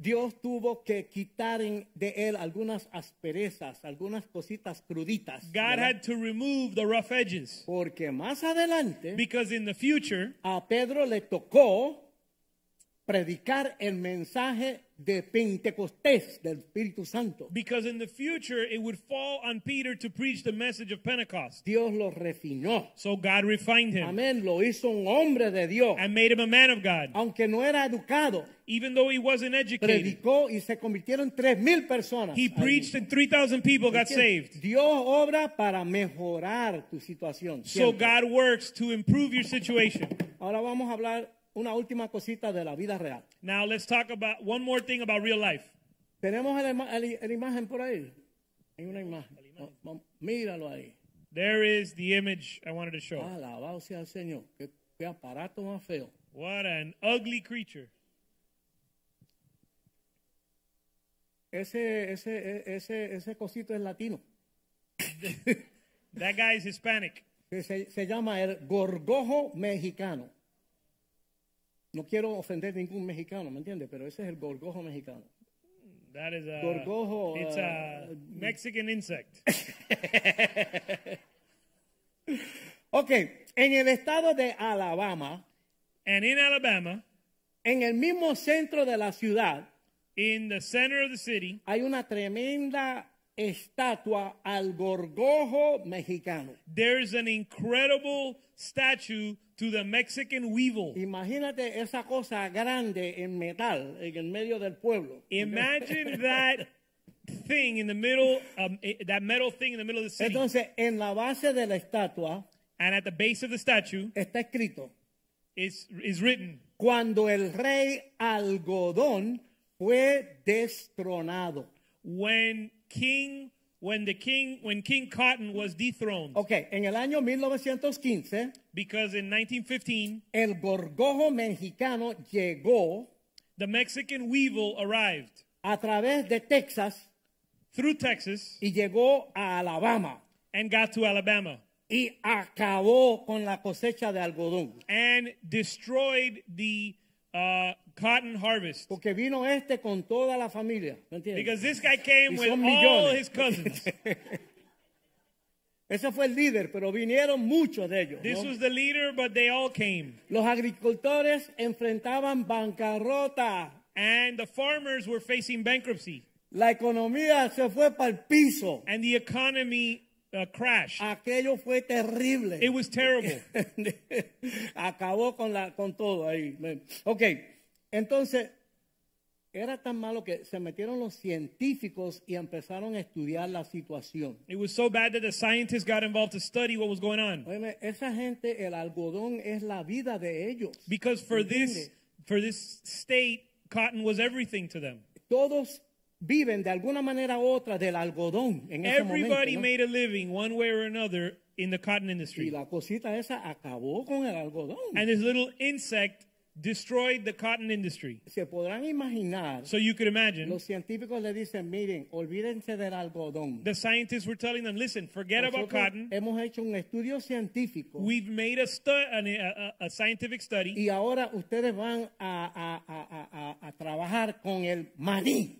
Dios tuvo que quitar en- de él algunas asperezas, algunas cositas cruditas. God ¿verdad? had to remove the rough edges Porque más adelante because in the future, a Pedro le tocó predicar el mensaje de Pentecostés del Espíritu Santo. because in the future it would fall on Peter to preach the message of Pentecost. Dios lo refinó. So God refined him Amén, lo hizo un hombre de Dios. and made him a man of God. Aunque no era educado, Even though he wasn't educated, predicó y se convirtieron tres mil personas. he Ahí. preached and 3,000 people got saved. Dios obra para mejorar tu situación. So siempre. God works to improve your situation. Ahora vamos a hablar una última cosita de la vida real. Now let's talk about one more thing about real life. Tenemos la ima- la- la imagen por ahí. Hay una imagen. Va- va- Míralo ahí. There is the image I wanted to show. Ah. Alabado sea el Señor. Qué, qué aparato más feo. What an ugly creature. Ese, ese, e- ese, ese cosito es latino. That guy is Hispanic. Que Se, se llama el gorgojo mexicano. No quiero ofender ningún mexicano, ¿me entiendes? Pero ese es el gorgojo mexicano. That is a Gorgojo, It's a uh, Mexican insect. Ok, en el estado de Alabama, and in Alabama, en el mismo centro de la ciudad, in the center of the city, hay una tremenda estatua al gorgojo mexicano. there's an incredible statue to the Mexican weevil. Imagínate esa cosa grande en metal en el medio del pueblo. Imagine that thing in the middle, um, i- that metal thing in the middle of the city. Entonces, en la base de la estatua and at the base of the statue está escrito, is, is written, cuando el rey algodón fue destronado. when King, when the King, when King Cotton was dethroned, Ok, en el año 1915, because in 1915, el gorgojo mexicano llegó the Mexican weevil arrived a través de Texas through Texas y llegó a Alabama and got to Alabama y acabó con la cosecha de algodón. and destroyed the uh, cotton harvest. Porque vino este con toda la familia, ¿me entiendes? Because this guy came Y with son all millones. his cousins. Ese fue el líder, pero vinieron muchos de ellos. ¿no? This was the leader, but they all came. Los agricultores enfrentaban bancarrota. And the farmers were facing bankruptcy. La economía se fue para el piso. And the economy uh, crashed. Aquello fue terrible. It was terrible. <laughs> Acabó con, la, con todo ahí. Ok, entonces era tan malo que se metieron los científicos y empezaron a estudiar la situación. It was so bad that the scientists got involved to study what was going on. Óyeme, esa gente, el algodón es la vida de ellos. Because for this ¿Entiende? for this state, cotton was everything to them. Todos viven de alguna manera u otra del algodón en ese momento. Everybody ¿no? made a living one way or another in the cotton Y industry. la cosita esa acabó con el algodón. And this little insect destroyed the cotton industry. Se podrán imaginar, So you could imagine los científicos le dicen, miren, olvídense del algodón. the scientists were telling them, listen, forget about Nosotros cotton. Hemos hecho un estudio científico We've made a, stu- an, a, a- a scientific study, y ahora ustedes van a, a- a- a- a- a trabajar con el maní.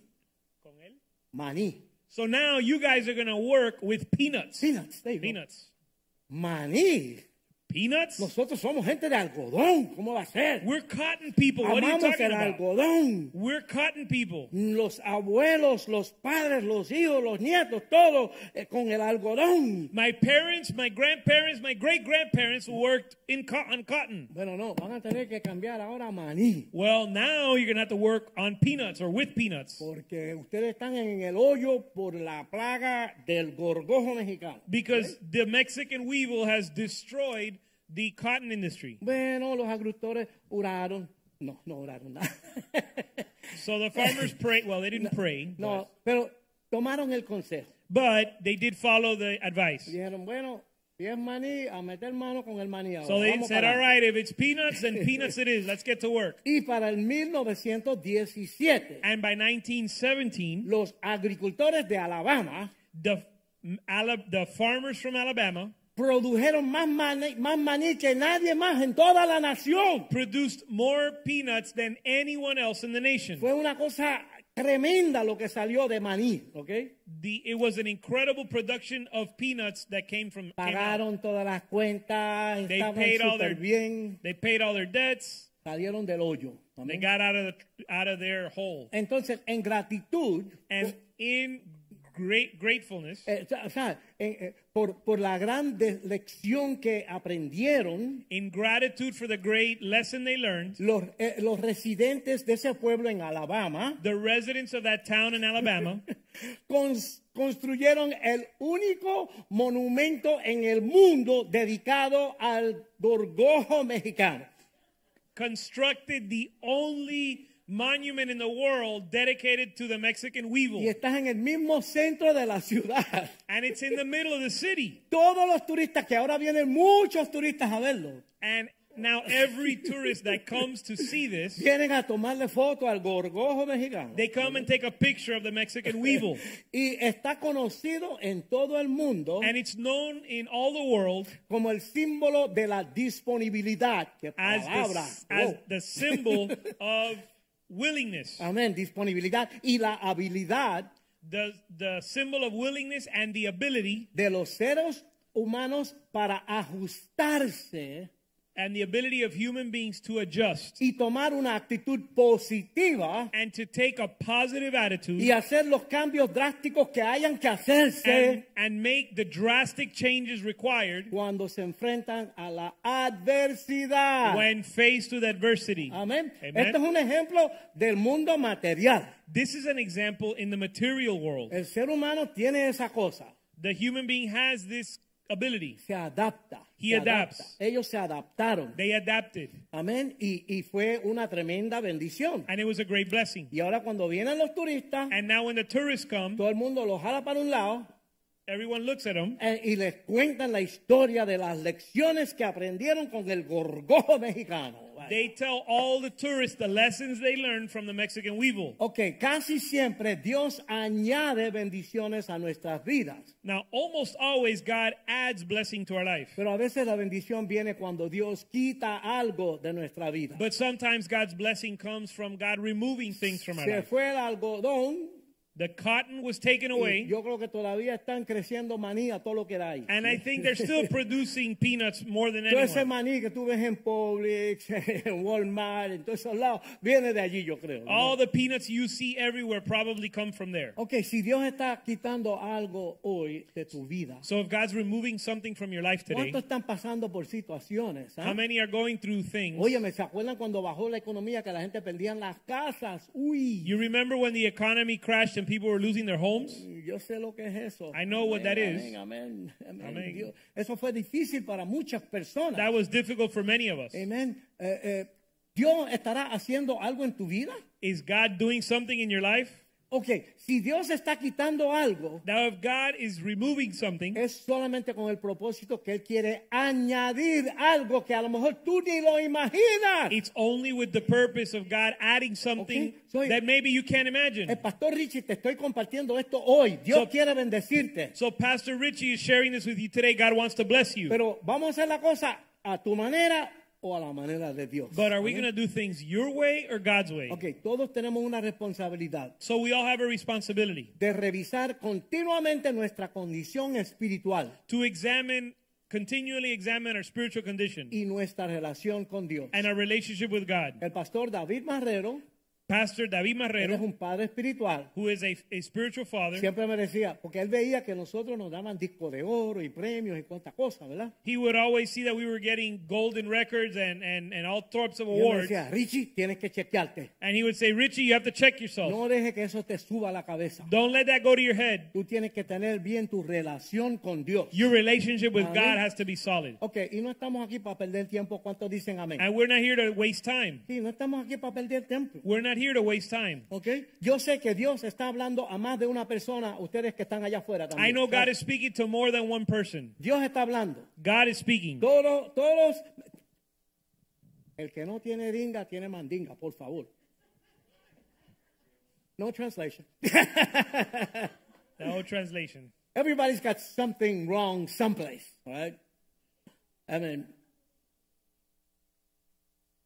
Maní. so now you guys are going to work with peanuts. Peanuts, there you go. Peanuts. Maní. Peanuts? Nosotros somos gente de algodón. ¿Cómo va a ser? We're cotton people. What are you Amamos talking el about? algodón. We're cotton people. Los abuelos, los padres, los hijos, los nietos, todos eh, con el algodón. My parents, my grandparents, my great grandparents worked in co- on cotton. Bueno, no, van a tener que cambiar ahora a maní. Well, now you're gonna have to work on peanuts or with peanuts Porque ustedes están en el hoyo por la plaga del gorgojo mexicano. because the Mexican weevil has destroyed the cotton industry. Bueno, los agricultores oraron. No, no oraron nada. <laughs> So <laughs> the farmers prayed. Well, they didn't pray, No, pero tomaron el consejo. but they did follow the advice. Dijeron, bueno, si es maní, a meter mano con el maní ahora. So they Vamos said, para "All right, if it's <laughs> peanuts, then peanuts it is. Let's get to work." Y para el 1917, And by 1917, los agricultores de Alabama the Ala- the farmers from Alabama produjeron más maní, más maní que nadie más en toda la nación. produced more peanuts than anyone else in the nation. Fue una cosa tremenda lo que salió de maní, ¿ok? The, it was an incredible production of peanuts that came from. came out. Pagaron todas las cuentas, They estaban paid all their súper bien, They paid all their debts. salieron del hoyo. They Amén. got out of the, out of their hole. Entonces, en gratitud, And in great gratefulness, eh, o sea, en- eh, por, por la gran de- lección que aprendieron, in gratitude for the great lesson they learned, los, eh, los residentes de ese pueblo en Alabama the residents of that town <laughs> in Alabama cons- construyeron el único monumento en el mundo dedicado al gorgojo mexicano. constructed the only monument in the world dedicated to the Mexican Y weevil. estás en el mismo centro de la ciudad. And it's in the middle of the city. Todos los turistas, que ahora vienen muchos turistas a verlo, And now every tourist that comes to see this, vienen a tomarle foto al gorgojo mexicano. they come and take a picture of the Mexican weevil. Y está conocido en todo el mundo And it's known in all the world como el símbolo de la disponibilidad. ¡Qué as palabra! the, as Wow. the symbol of willingness, Amén, disponibilidad y la habilidad the, the symbol of willingness and the ability de los seres humanos para ajustarse and the ability of human beings to adjust y tomar una actitud positiva and to take a positive y attitude hacer los cambios drásticos que hayan que and, hacerse and make the drastic changes required cuando se enfrentan a la adversidad. when faced with adversity. Amén. Amen. Este es un ejemplo del mundo material. This is an example in the material world. El ser humano tiene esa cosa. The human being has this ability. Se adapta. He se adapta. adapts. Ellos se adaptaron. They adapted, Amén. Y, y fue una tremenda bendición. and it was a great blessing. Y ahora cuando vienen los turistas, And now, when the tourists come, todo el mundo los jala para un lado everyone looks at them eh, y les cuentan la historia de las lecciones que aprendieron con el gorgojo mexicano. They tell all the tourists the lessons they learned from the Mexican weevil. Ok, casi siempre Dios añade bendiciones a nuestras vidas, Now, almost always, God adds blessing to our life. pero a veces la bendición viene cuando Dios quita algo de nuestra vida. But sometimes God's blessing comes from God removing things from our Se life. fue el algodón The cotton was taken Y away, yo creo que todavía están creciendo maní a todo lo que da ahí. and I think they're still producing peanuts more than Todo ese anyone. maní que tú ves en Publix, <laughs> en Walmart, en todos esos lados, viene de allí, yo creo. ¿no? All the peanuts you see everywhere probably come from there. Ok, si Dios está quitando algo hoy de tu vida, So if God's removing something from your life today, ¿cuántos están pasando por situaciones? ah? how many are going through things? Óyeme, ¿se acuerdan cuando bajó la economía que la gente perdía las casas? Uy, You remember when the economy crashed and people were losing their homes? yo sé lo que es eso. I know what that Amén, is. Amén, amén, amén. Amén. Dios. Eso fue difícil para muchas personas. That was difficult for many of us. Amén. Eh, eh, ¿Dios estará haciendo algo en tu vida? Is God doing something in your life? Ok, si Dios está quitando algo, Now, if God is removing something, es solamente con el propósito que Él quiere añadir algo que a lo mejor tú ni lo imaginas. it's only with the purpose of God adding something Okay, so- Eh. that maybe you can't El imagine. pastor Richie, te estoy compartiendo esto hoy. Dios So- quiere bendecirte. So, Pastor Richie is sharing this with you today. God wants to bless you. Pero vamos a hacer la cosa a tu manera o a la manera de Dios. But are we Amén. going to do things your way or God's way? Ok, todos tenemos una responsabilidad So, we all have a responsibility de revisar continuamente nuestra condición espiritual to examine, continually examine our spiritual condition y Eh. nuestra relación con Dios. and our relationship with God. El pastor David Marrero, Pastor David él es Marrero, un padre espiritual. who is a, a spiritual father, Siempre me decía, porque él veía que nosotros nos daban disco de oro y premios y cuantas cosas, ¿verdad? he would always see that we were getting golden records and, and, and all sorts of Y él me awards. decía, Richie, tienes que chequearte. And he would say, Richie, you have to check yourself. No deje que eso te suba a la cabeza. Don't let that go to your head. Tú tienes que tener bien tu relación con Dios. Your relationship with Amén. God has to be solid. Ok, y no estamos aquí para perder tiempo. ¿Cuántos dicen amén? And we're not here to waste time. Sí, no estamos aquí para perder tiempo. We're not here to waste time. Ok, yo sé que Dios está hablando a más de una persona, ustedes que están allá afuera también. I know God is speaking to more than one person. Dios está hablando. God is speaking. Todos, todos. El que no tiene dinga, tiene mandinga, por favor. No translation. The whole translation. Everybody's got something wrong someplace, all right? I mean,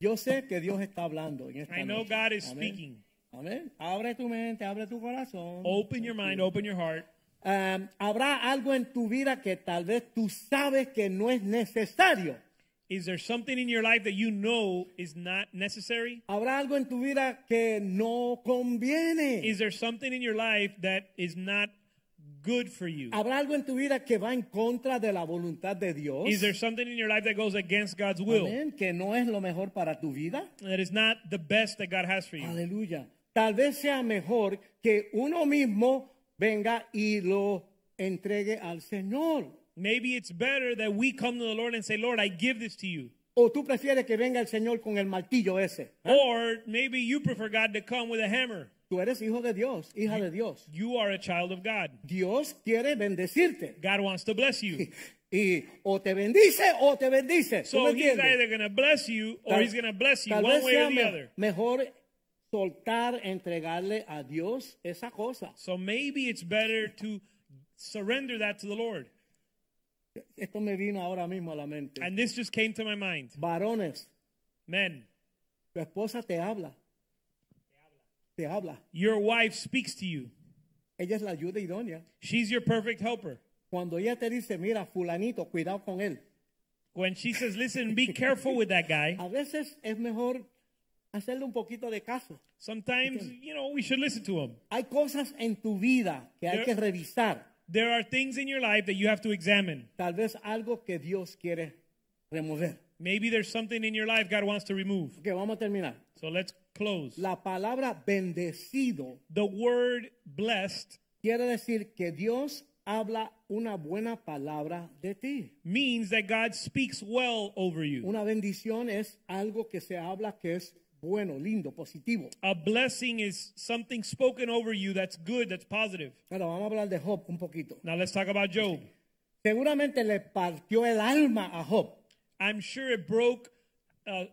yo sé que Dios está hablando en esta I know noche. God is Amén. speaking. Amén. Abre tu mente, abre tu corazón. Open your mind, open your heart. Um, habrá algo en tu vida que tal vez tú sabes que no es necesario. Is there something in your life that you know is not necessary? Habrá algo en tu vida que no conviene. Is there something in your life that is not good for you? Habrá algo en tu vida que va en contra de la voluntad de Dios. Is there something in your life that goes against God's will? Amén, Que no es lo mejor para tu vida. That is not the best that God has for you. Aleluya. Tal vez sea mejor que uno mismo venga y lo entregue al Señor. Maybe it's better that we come to the Lord and say, Lord, I give this to you. O tú prefieres que venga el Señor con el martillo ese. Or maybe you prefer God to come with a hammer. Tú eres hijo de Dios, hija de Dios. You are a child of God. Dios quiere bendecirte. God wants to bless you. <laughs> Y o te bendice o te bendice. ¿Tú me So he's entiendes? either going to bless you or Tal- he's going to bless you tal one vez way or sea me- the other. mejor soltar, entregarle a Dios esa cosa. So maybe it's better to surrender that to the Lord. Esto me vino ahora mismo a la mente. And this just came to my mind. Varones, Men, tu esposa te habla. Te habla. your wife speaks to you. Ella es la ayuda idónea. She's your perfect helper. Cuando ella te dice, mira, fulanito, cuidado con él. When she says, listen, be careful with that guy, A veces es mejor hacerle un poquito de caso. sometimes, you know, we should listen to him. Hay cosas en tu vida que hay There- que revisar. There are things in your life that you have to examine. Tal vez algo que Dios quiere remover. Maybe there's something in your life God wants to remove. Que vamos a terminar. So let's close. La palabra bendecido The word blessed quiere decir que Dios habla una buena palabra de ti. means that God speaks well over you. Una bendición es algo que se habla que es bueno, lindo, positivo. A blessing is something spoken over you that's good, that's positive. Pero vamos a hablar de Job un poquito. Now let's talk about Job. Seguramente le partió el alma a Job I'm sure it broke uh,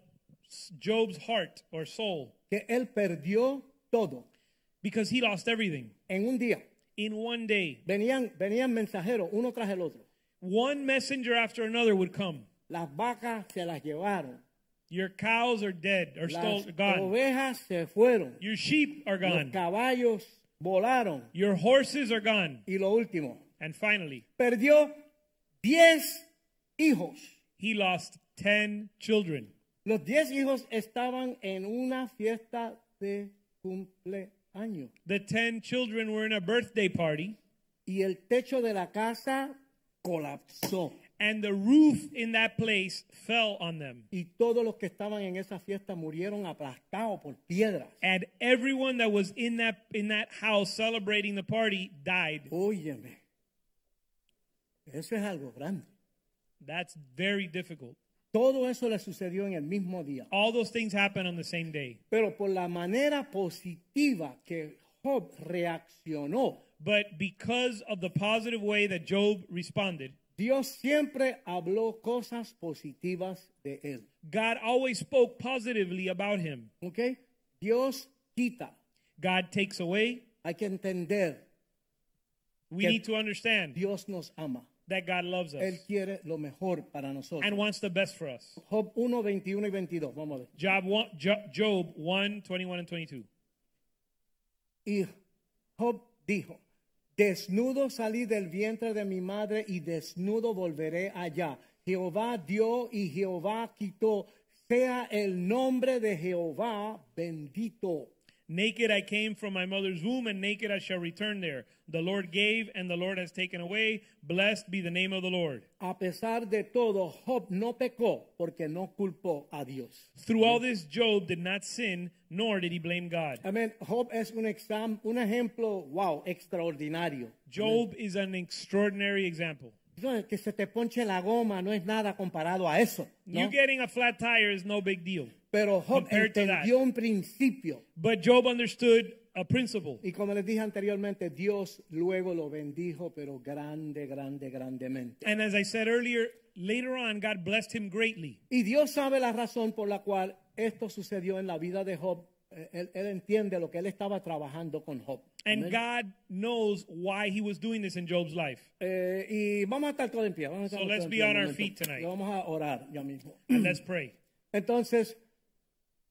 Job's heart or soul que él perdió todo because he lost everything en un día. in one day. Venían, venían mensajeros uno tras el otro. One messenger after another would come. Las vacas se las llevaron. Your cows are dead or Las stole, gone. ovejas se fueron. Your sheep are Los gone. caballos volaron. Your horses are gone. Y lo último, And finally, perdió 10 hijos. he lost 10 children. Los 10 hijos estaban en una fiesta de cumpleaños. The 10 children were in a birthday party, Y el techo de la casa colapsó. and the roof in that place fell on them. Y todos los que estaban en esa fiesta murieron aplastados por piedras. And everyone that was in that in that house celebrating the party died. Óyeme, eso es algo grande. That's very difficult. Todo eso le sucedió en el mismo día. All those things happen on the same day. Pero por la manera positiva que Job reaccionó, But because of the positive way that Job responded, Dios siempre habló cosas positivas de él. God always spoke positively about him. ¿Ok? Dios quita. God takes away. Hay que entender, We Que- need to understand Dios nos ama. that God loves us Él quiere lo mejor para nosotros. and wants the best for us. Job 1, 21 y 22. Vamos a ver. Job 1, Jo- Job 1 21 and 22. Y Job dijo, desnudo salí del vientre de mi madre y desnudo volveré allá. Jehová dio y Jehová quitó. Sea el nombre de Jehová bendito. Naked I came from my mother's womb, and naked I shall return there. The Lord gave, and the Lord has taken away. Blessed be the name of the Lord. A pesar de todo, Job no pecó porque no culpó a Dios. Through all this, Job did not sin, nor did he blame God. Amén. Job es un, exam- un ejemplo, wow, extraordinario. Job is an extraordinary example. No, es que se te ponche la goma no es nada comparado a eso. ¿no? You getting a flat tire is no big deal. Pero Job compared to that. entendió un principio. But Job understood a principle. Y como les dije anteriormente, Dios luego lo bendijo, pero grande, grande, grandemente. And as I said earlier, later on, God blessed him greatly. Y Dios sabe la razón por la cual esto sucedió en la vida de Job. Eh, Él, él entiende lo que él estaba trabajando con Job. And Amén. God knows why he was doing this in Job's life. Eh, y vamos a estar todos en pie. Vamos a estar So todos let's en be pie un on our momento. feet tonight. Y Vamos a orar ya mismo. And let's pray. Entonces,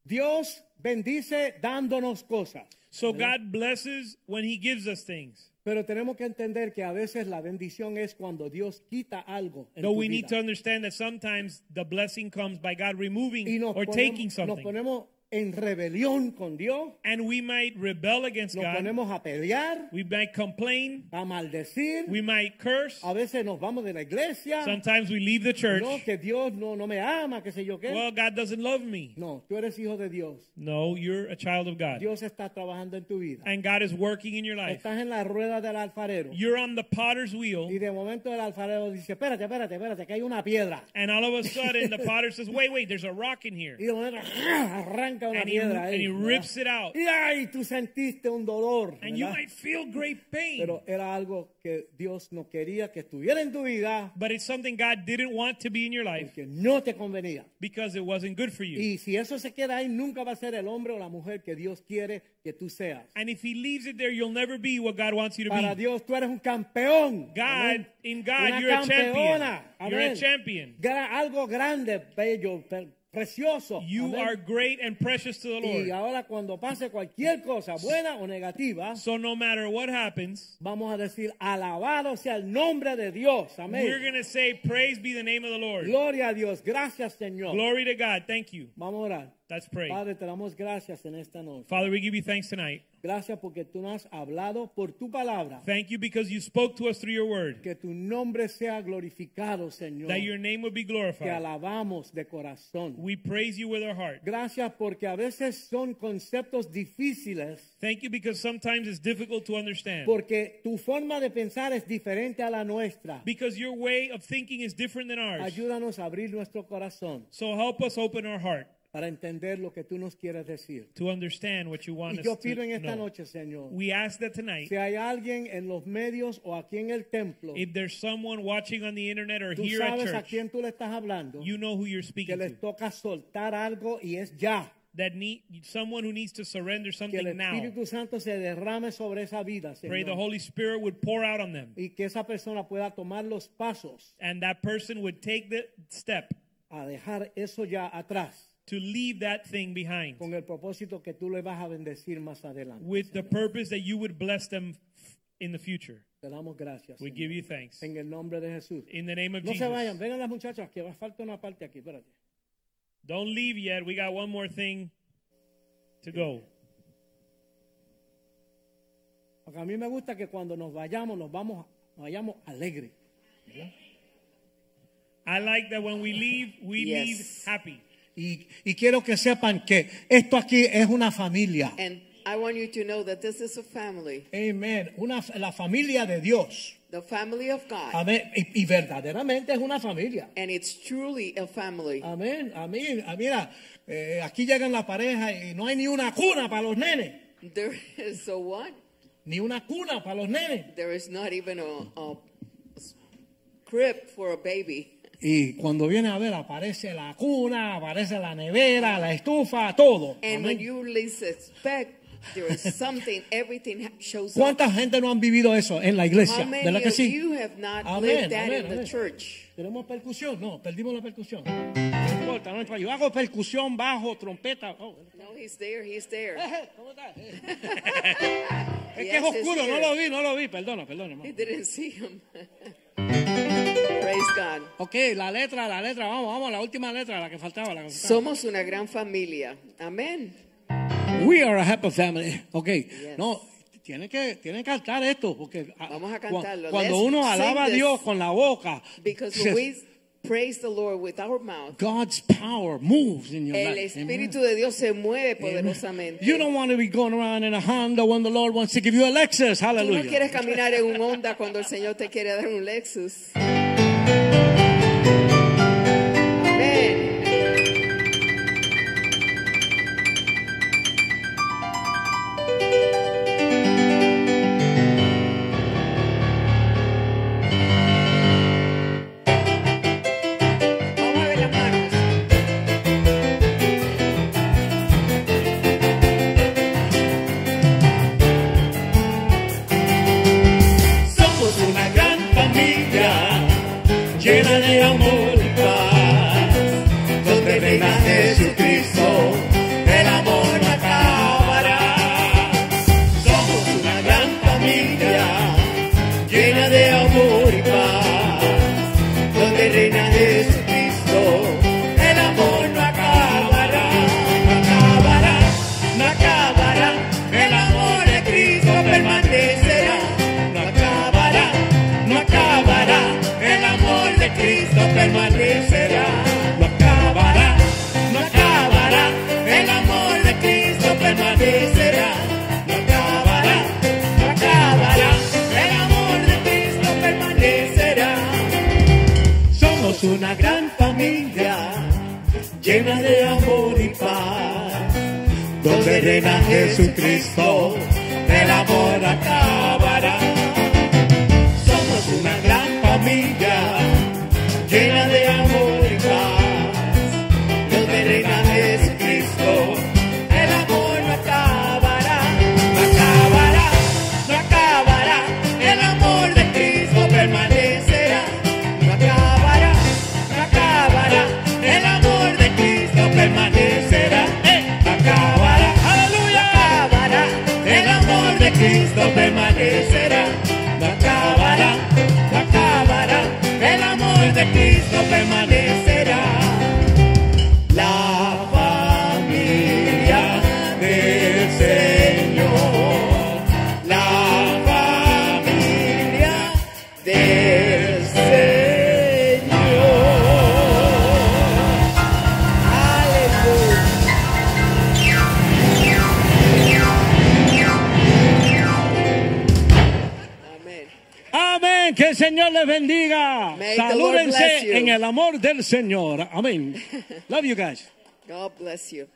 Dios bendice dándonos cosas. So God blesses when he gives us things. Pero tenemos que entender que a veces la bendición es cuando Dios quita algo. en Though tu we vida. need to understand that sometimes the blessing comes by God y removing nos, or ponemos, taking nos something. ponemos en rebelión con Dios, And we might rebel against nos God. ponemos a pelear, We might complain. a maldecir, We might curse. a veces nos vamos de la iglesia, Sometimes we leave the church. no, que Dios no, no me ama, que sé yo qué. Well, God doesn't love me. no, tú eres hijo de Dios. No, you're a child of God. Dios está trabajando en tu vida. And God is working in your life. Estás en la rueda del alfarero. You're on the potter's wheel. y de momento el alfarero dice, espérate, espérate, espérate, que hay una piedra. And all of a sudden, the potter says, wait, wait, there's a rock in here. Y de momento ¡ah! arranca una And he- piedra. and ahí, he ¿verdad? rips it out. Y ay, tú sentiste un dolor. And you ¿verdad? might feel great pain. Pero era algo que Dios no quería que estuviera en tu vida But it's something God didn't want to be in your life porque no te convenía. because it wasn't good for you. Y si eso se queda ahí, nunca va a ser el hombre o la mujer que Dios quiere que tú seas. And if he leaves it there, you'll never be what God wants you to Para be. Dios, tú eres un campeón. God, Amén. in God, Una you're a champion. campeona. You're a Amén. champion. Gra- algo grande, bello, pre- precioso. You Amén. are great and precious to the y Lord. ahora cuando pase cualquier cosa, buena o negativa, So no matter what happens, vamos a decir, alabado sea el nombre de Dios. we're Amén. going to say, praise be the name of the Lord. Gloria a Dios. Gracias, Señor. Glory to God. Thank you. Vamos a orar. Let's pray. Padre, te damos gracias en esta noche. Father, we give you thanks tonight. Gracias porque tú nos has hablado por tu palabra. Thank you because you spoke to us through your word. Que tu nombre sea glorificado, Señor. That your name would be Te glorified. alabamos de corazón. We praise you with our heart. Gracias porque a veces son conceptos difíciles Thank you because sometimes it's difficult to understand. porque tu forma de pensar es diferente a la nuestra. Because your way of thinking is different than ours. Ayúdanos a abrir nuestro corazón So help us open our heart para entender lo que tú nos quieres decir. to understand what you want Y us yo pido en to esta know. noche, Señor, We ask that tonight, si hay alguien en los medios o aquí en el templo, if there's someone watching on the internet or tú here at sabes a church, quién tú le estás hablando. you know who you're que speaking les to. toca soltar algo y es ya. That need someone who needs to surrender Que el something now. Espíritu Santo se derrame sobre esa vida, Pray the Señor. Holy Spirit would pour out on them, Y que esa persona pueda tomar los pasos and that person would take the step a dejar eso ya atrás to leave that thing behind con el propósito que tú le vas a bendecir más adelante. with the purpose that you would bless them f- in the future. Te damos gracias. We Señor. give you thanks. En el nombre de Jesús. In the name of No se vayan, Jesus. vengan las muchachas, que va falta una parte aquí, espérate. Don't leave yet. We got one more thing to go. Porque a mí me gusta que cuando nos vayamos, nos vamos, nos vayamos alegres. I like that when we leave, we Yes. leave happy. Y, y quiero que sepan que esto aquí es una familia. And I want you to know that this is a family, Amén. Una, la familia de Dios. the family of God. Amén. Y, y verdaderamente es una familia. And it's truly a family. Amén. Amén. Ah, Mira, eh, aquí llegan la pareja y no hay ni una cuna para los nenes. There is a what? Ni una cuna para los nenes. There is not even a, a crib for a baby. Y cuando viene a ver, aparece la cuna, aparece la nevera, la estufa, todo. And when Amén. you least expect, there <laughs> is something, everything ha- shows up. ¿Cuánta gente no han vivido eso en la iglesia? How ¿De many la que of you sí? have not lived Amén, that amén, in the amén. church? ¿Tenemos percusión? No, perdimos la percusión. No importa, no importa. Yo hago percusión, bajo, trompeta. Oh, No, he's there, he's there. <laughs> ¿Cómo está? Es que es Yes, he's oscuro, no here. lo vi, no lo vi. Perdona, perdona. hermano. He didn't see him. <laughs> Praise God. Ok, la letra, la letra, vamos, vamos, la última letra, la que faltaba, la que faltaba. Somos una gran familia. Amén. We are a happy family. Ok, Yes. no, tienen que, tienen que cantar esto, porque ah, Vamos a cua- cantarlo. cuando Let's uno sing alaba a this. Dios con la boca, Because se- when we praise the Lord with our mouth, God's power moves in your el life. Amen. Espíritu de Dios se mueve Amen. poderosamente. You don't want to be going around in a Honda when the Lord wants to give you a Lexus. Tú no Hallelujah. quieres caminar en un Honda cuando el Señor te quiere dar un Lexus. Amén. Vamos a ver las manos. Somos una gran familia llena de amor y paz. Donde reina Jesucristo, el amor no acabará. Somos una gran familia llena de amor y paz. Donde reina Jesucristo, el amor no acabará. No acabará, no acabará. El amor de Cristo permanecerá. No acabará, no acabará. El amor de Cristo permanecerá. No acabará, no acabará. El amor de Cristo permanecerá. No acabará, no acabará. El amor de Cristo permanecerá. Somos una gran familia llena de amor y paz. Donde reina Jesucristo, el amor acabará. Somos una gran familia llena de amor y paz. Donde reina Jesucristo, el amor no acabará. No acabará, no acabará. El amor de Cristo permanecerá. No acabará, no acabará. El amor de Cristo permanecerá. ¡Eh! No acabará, aleluya. No acabará. El amor de Cristo permanecerá. No acabará, no acabará. El amor de Cristo permanecerá. La familia del Señor, la familia del Señor. Aleluya. Amén. Amén, que el Señor les bendiga. May the Lord bless Salúdense you. en el amor del Señor. Amén. Love you guys. God bless you.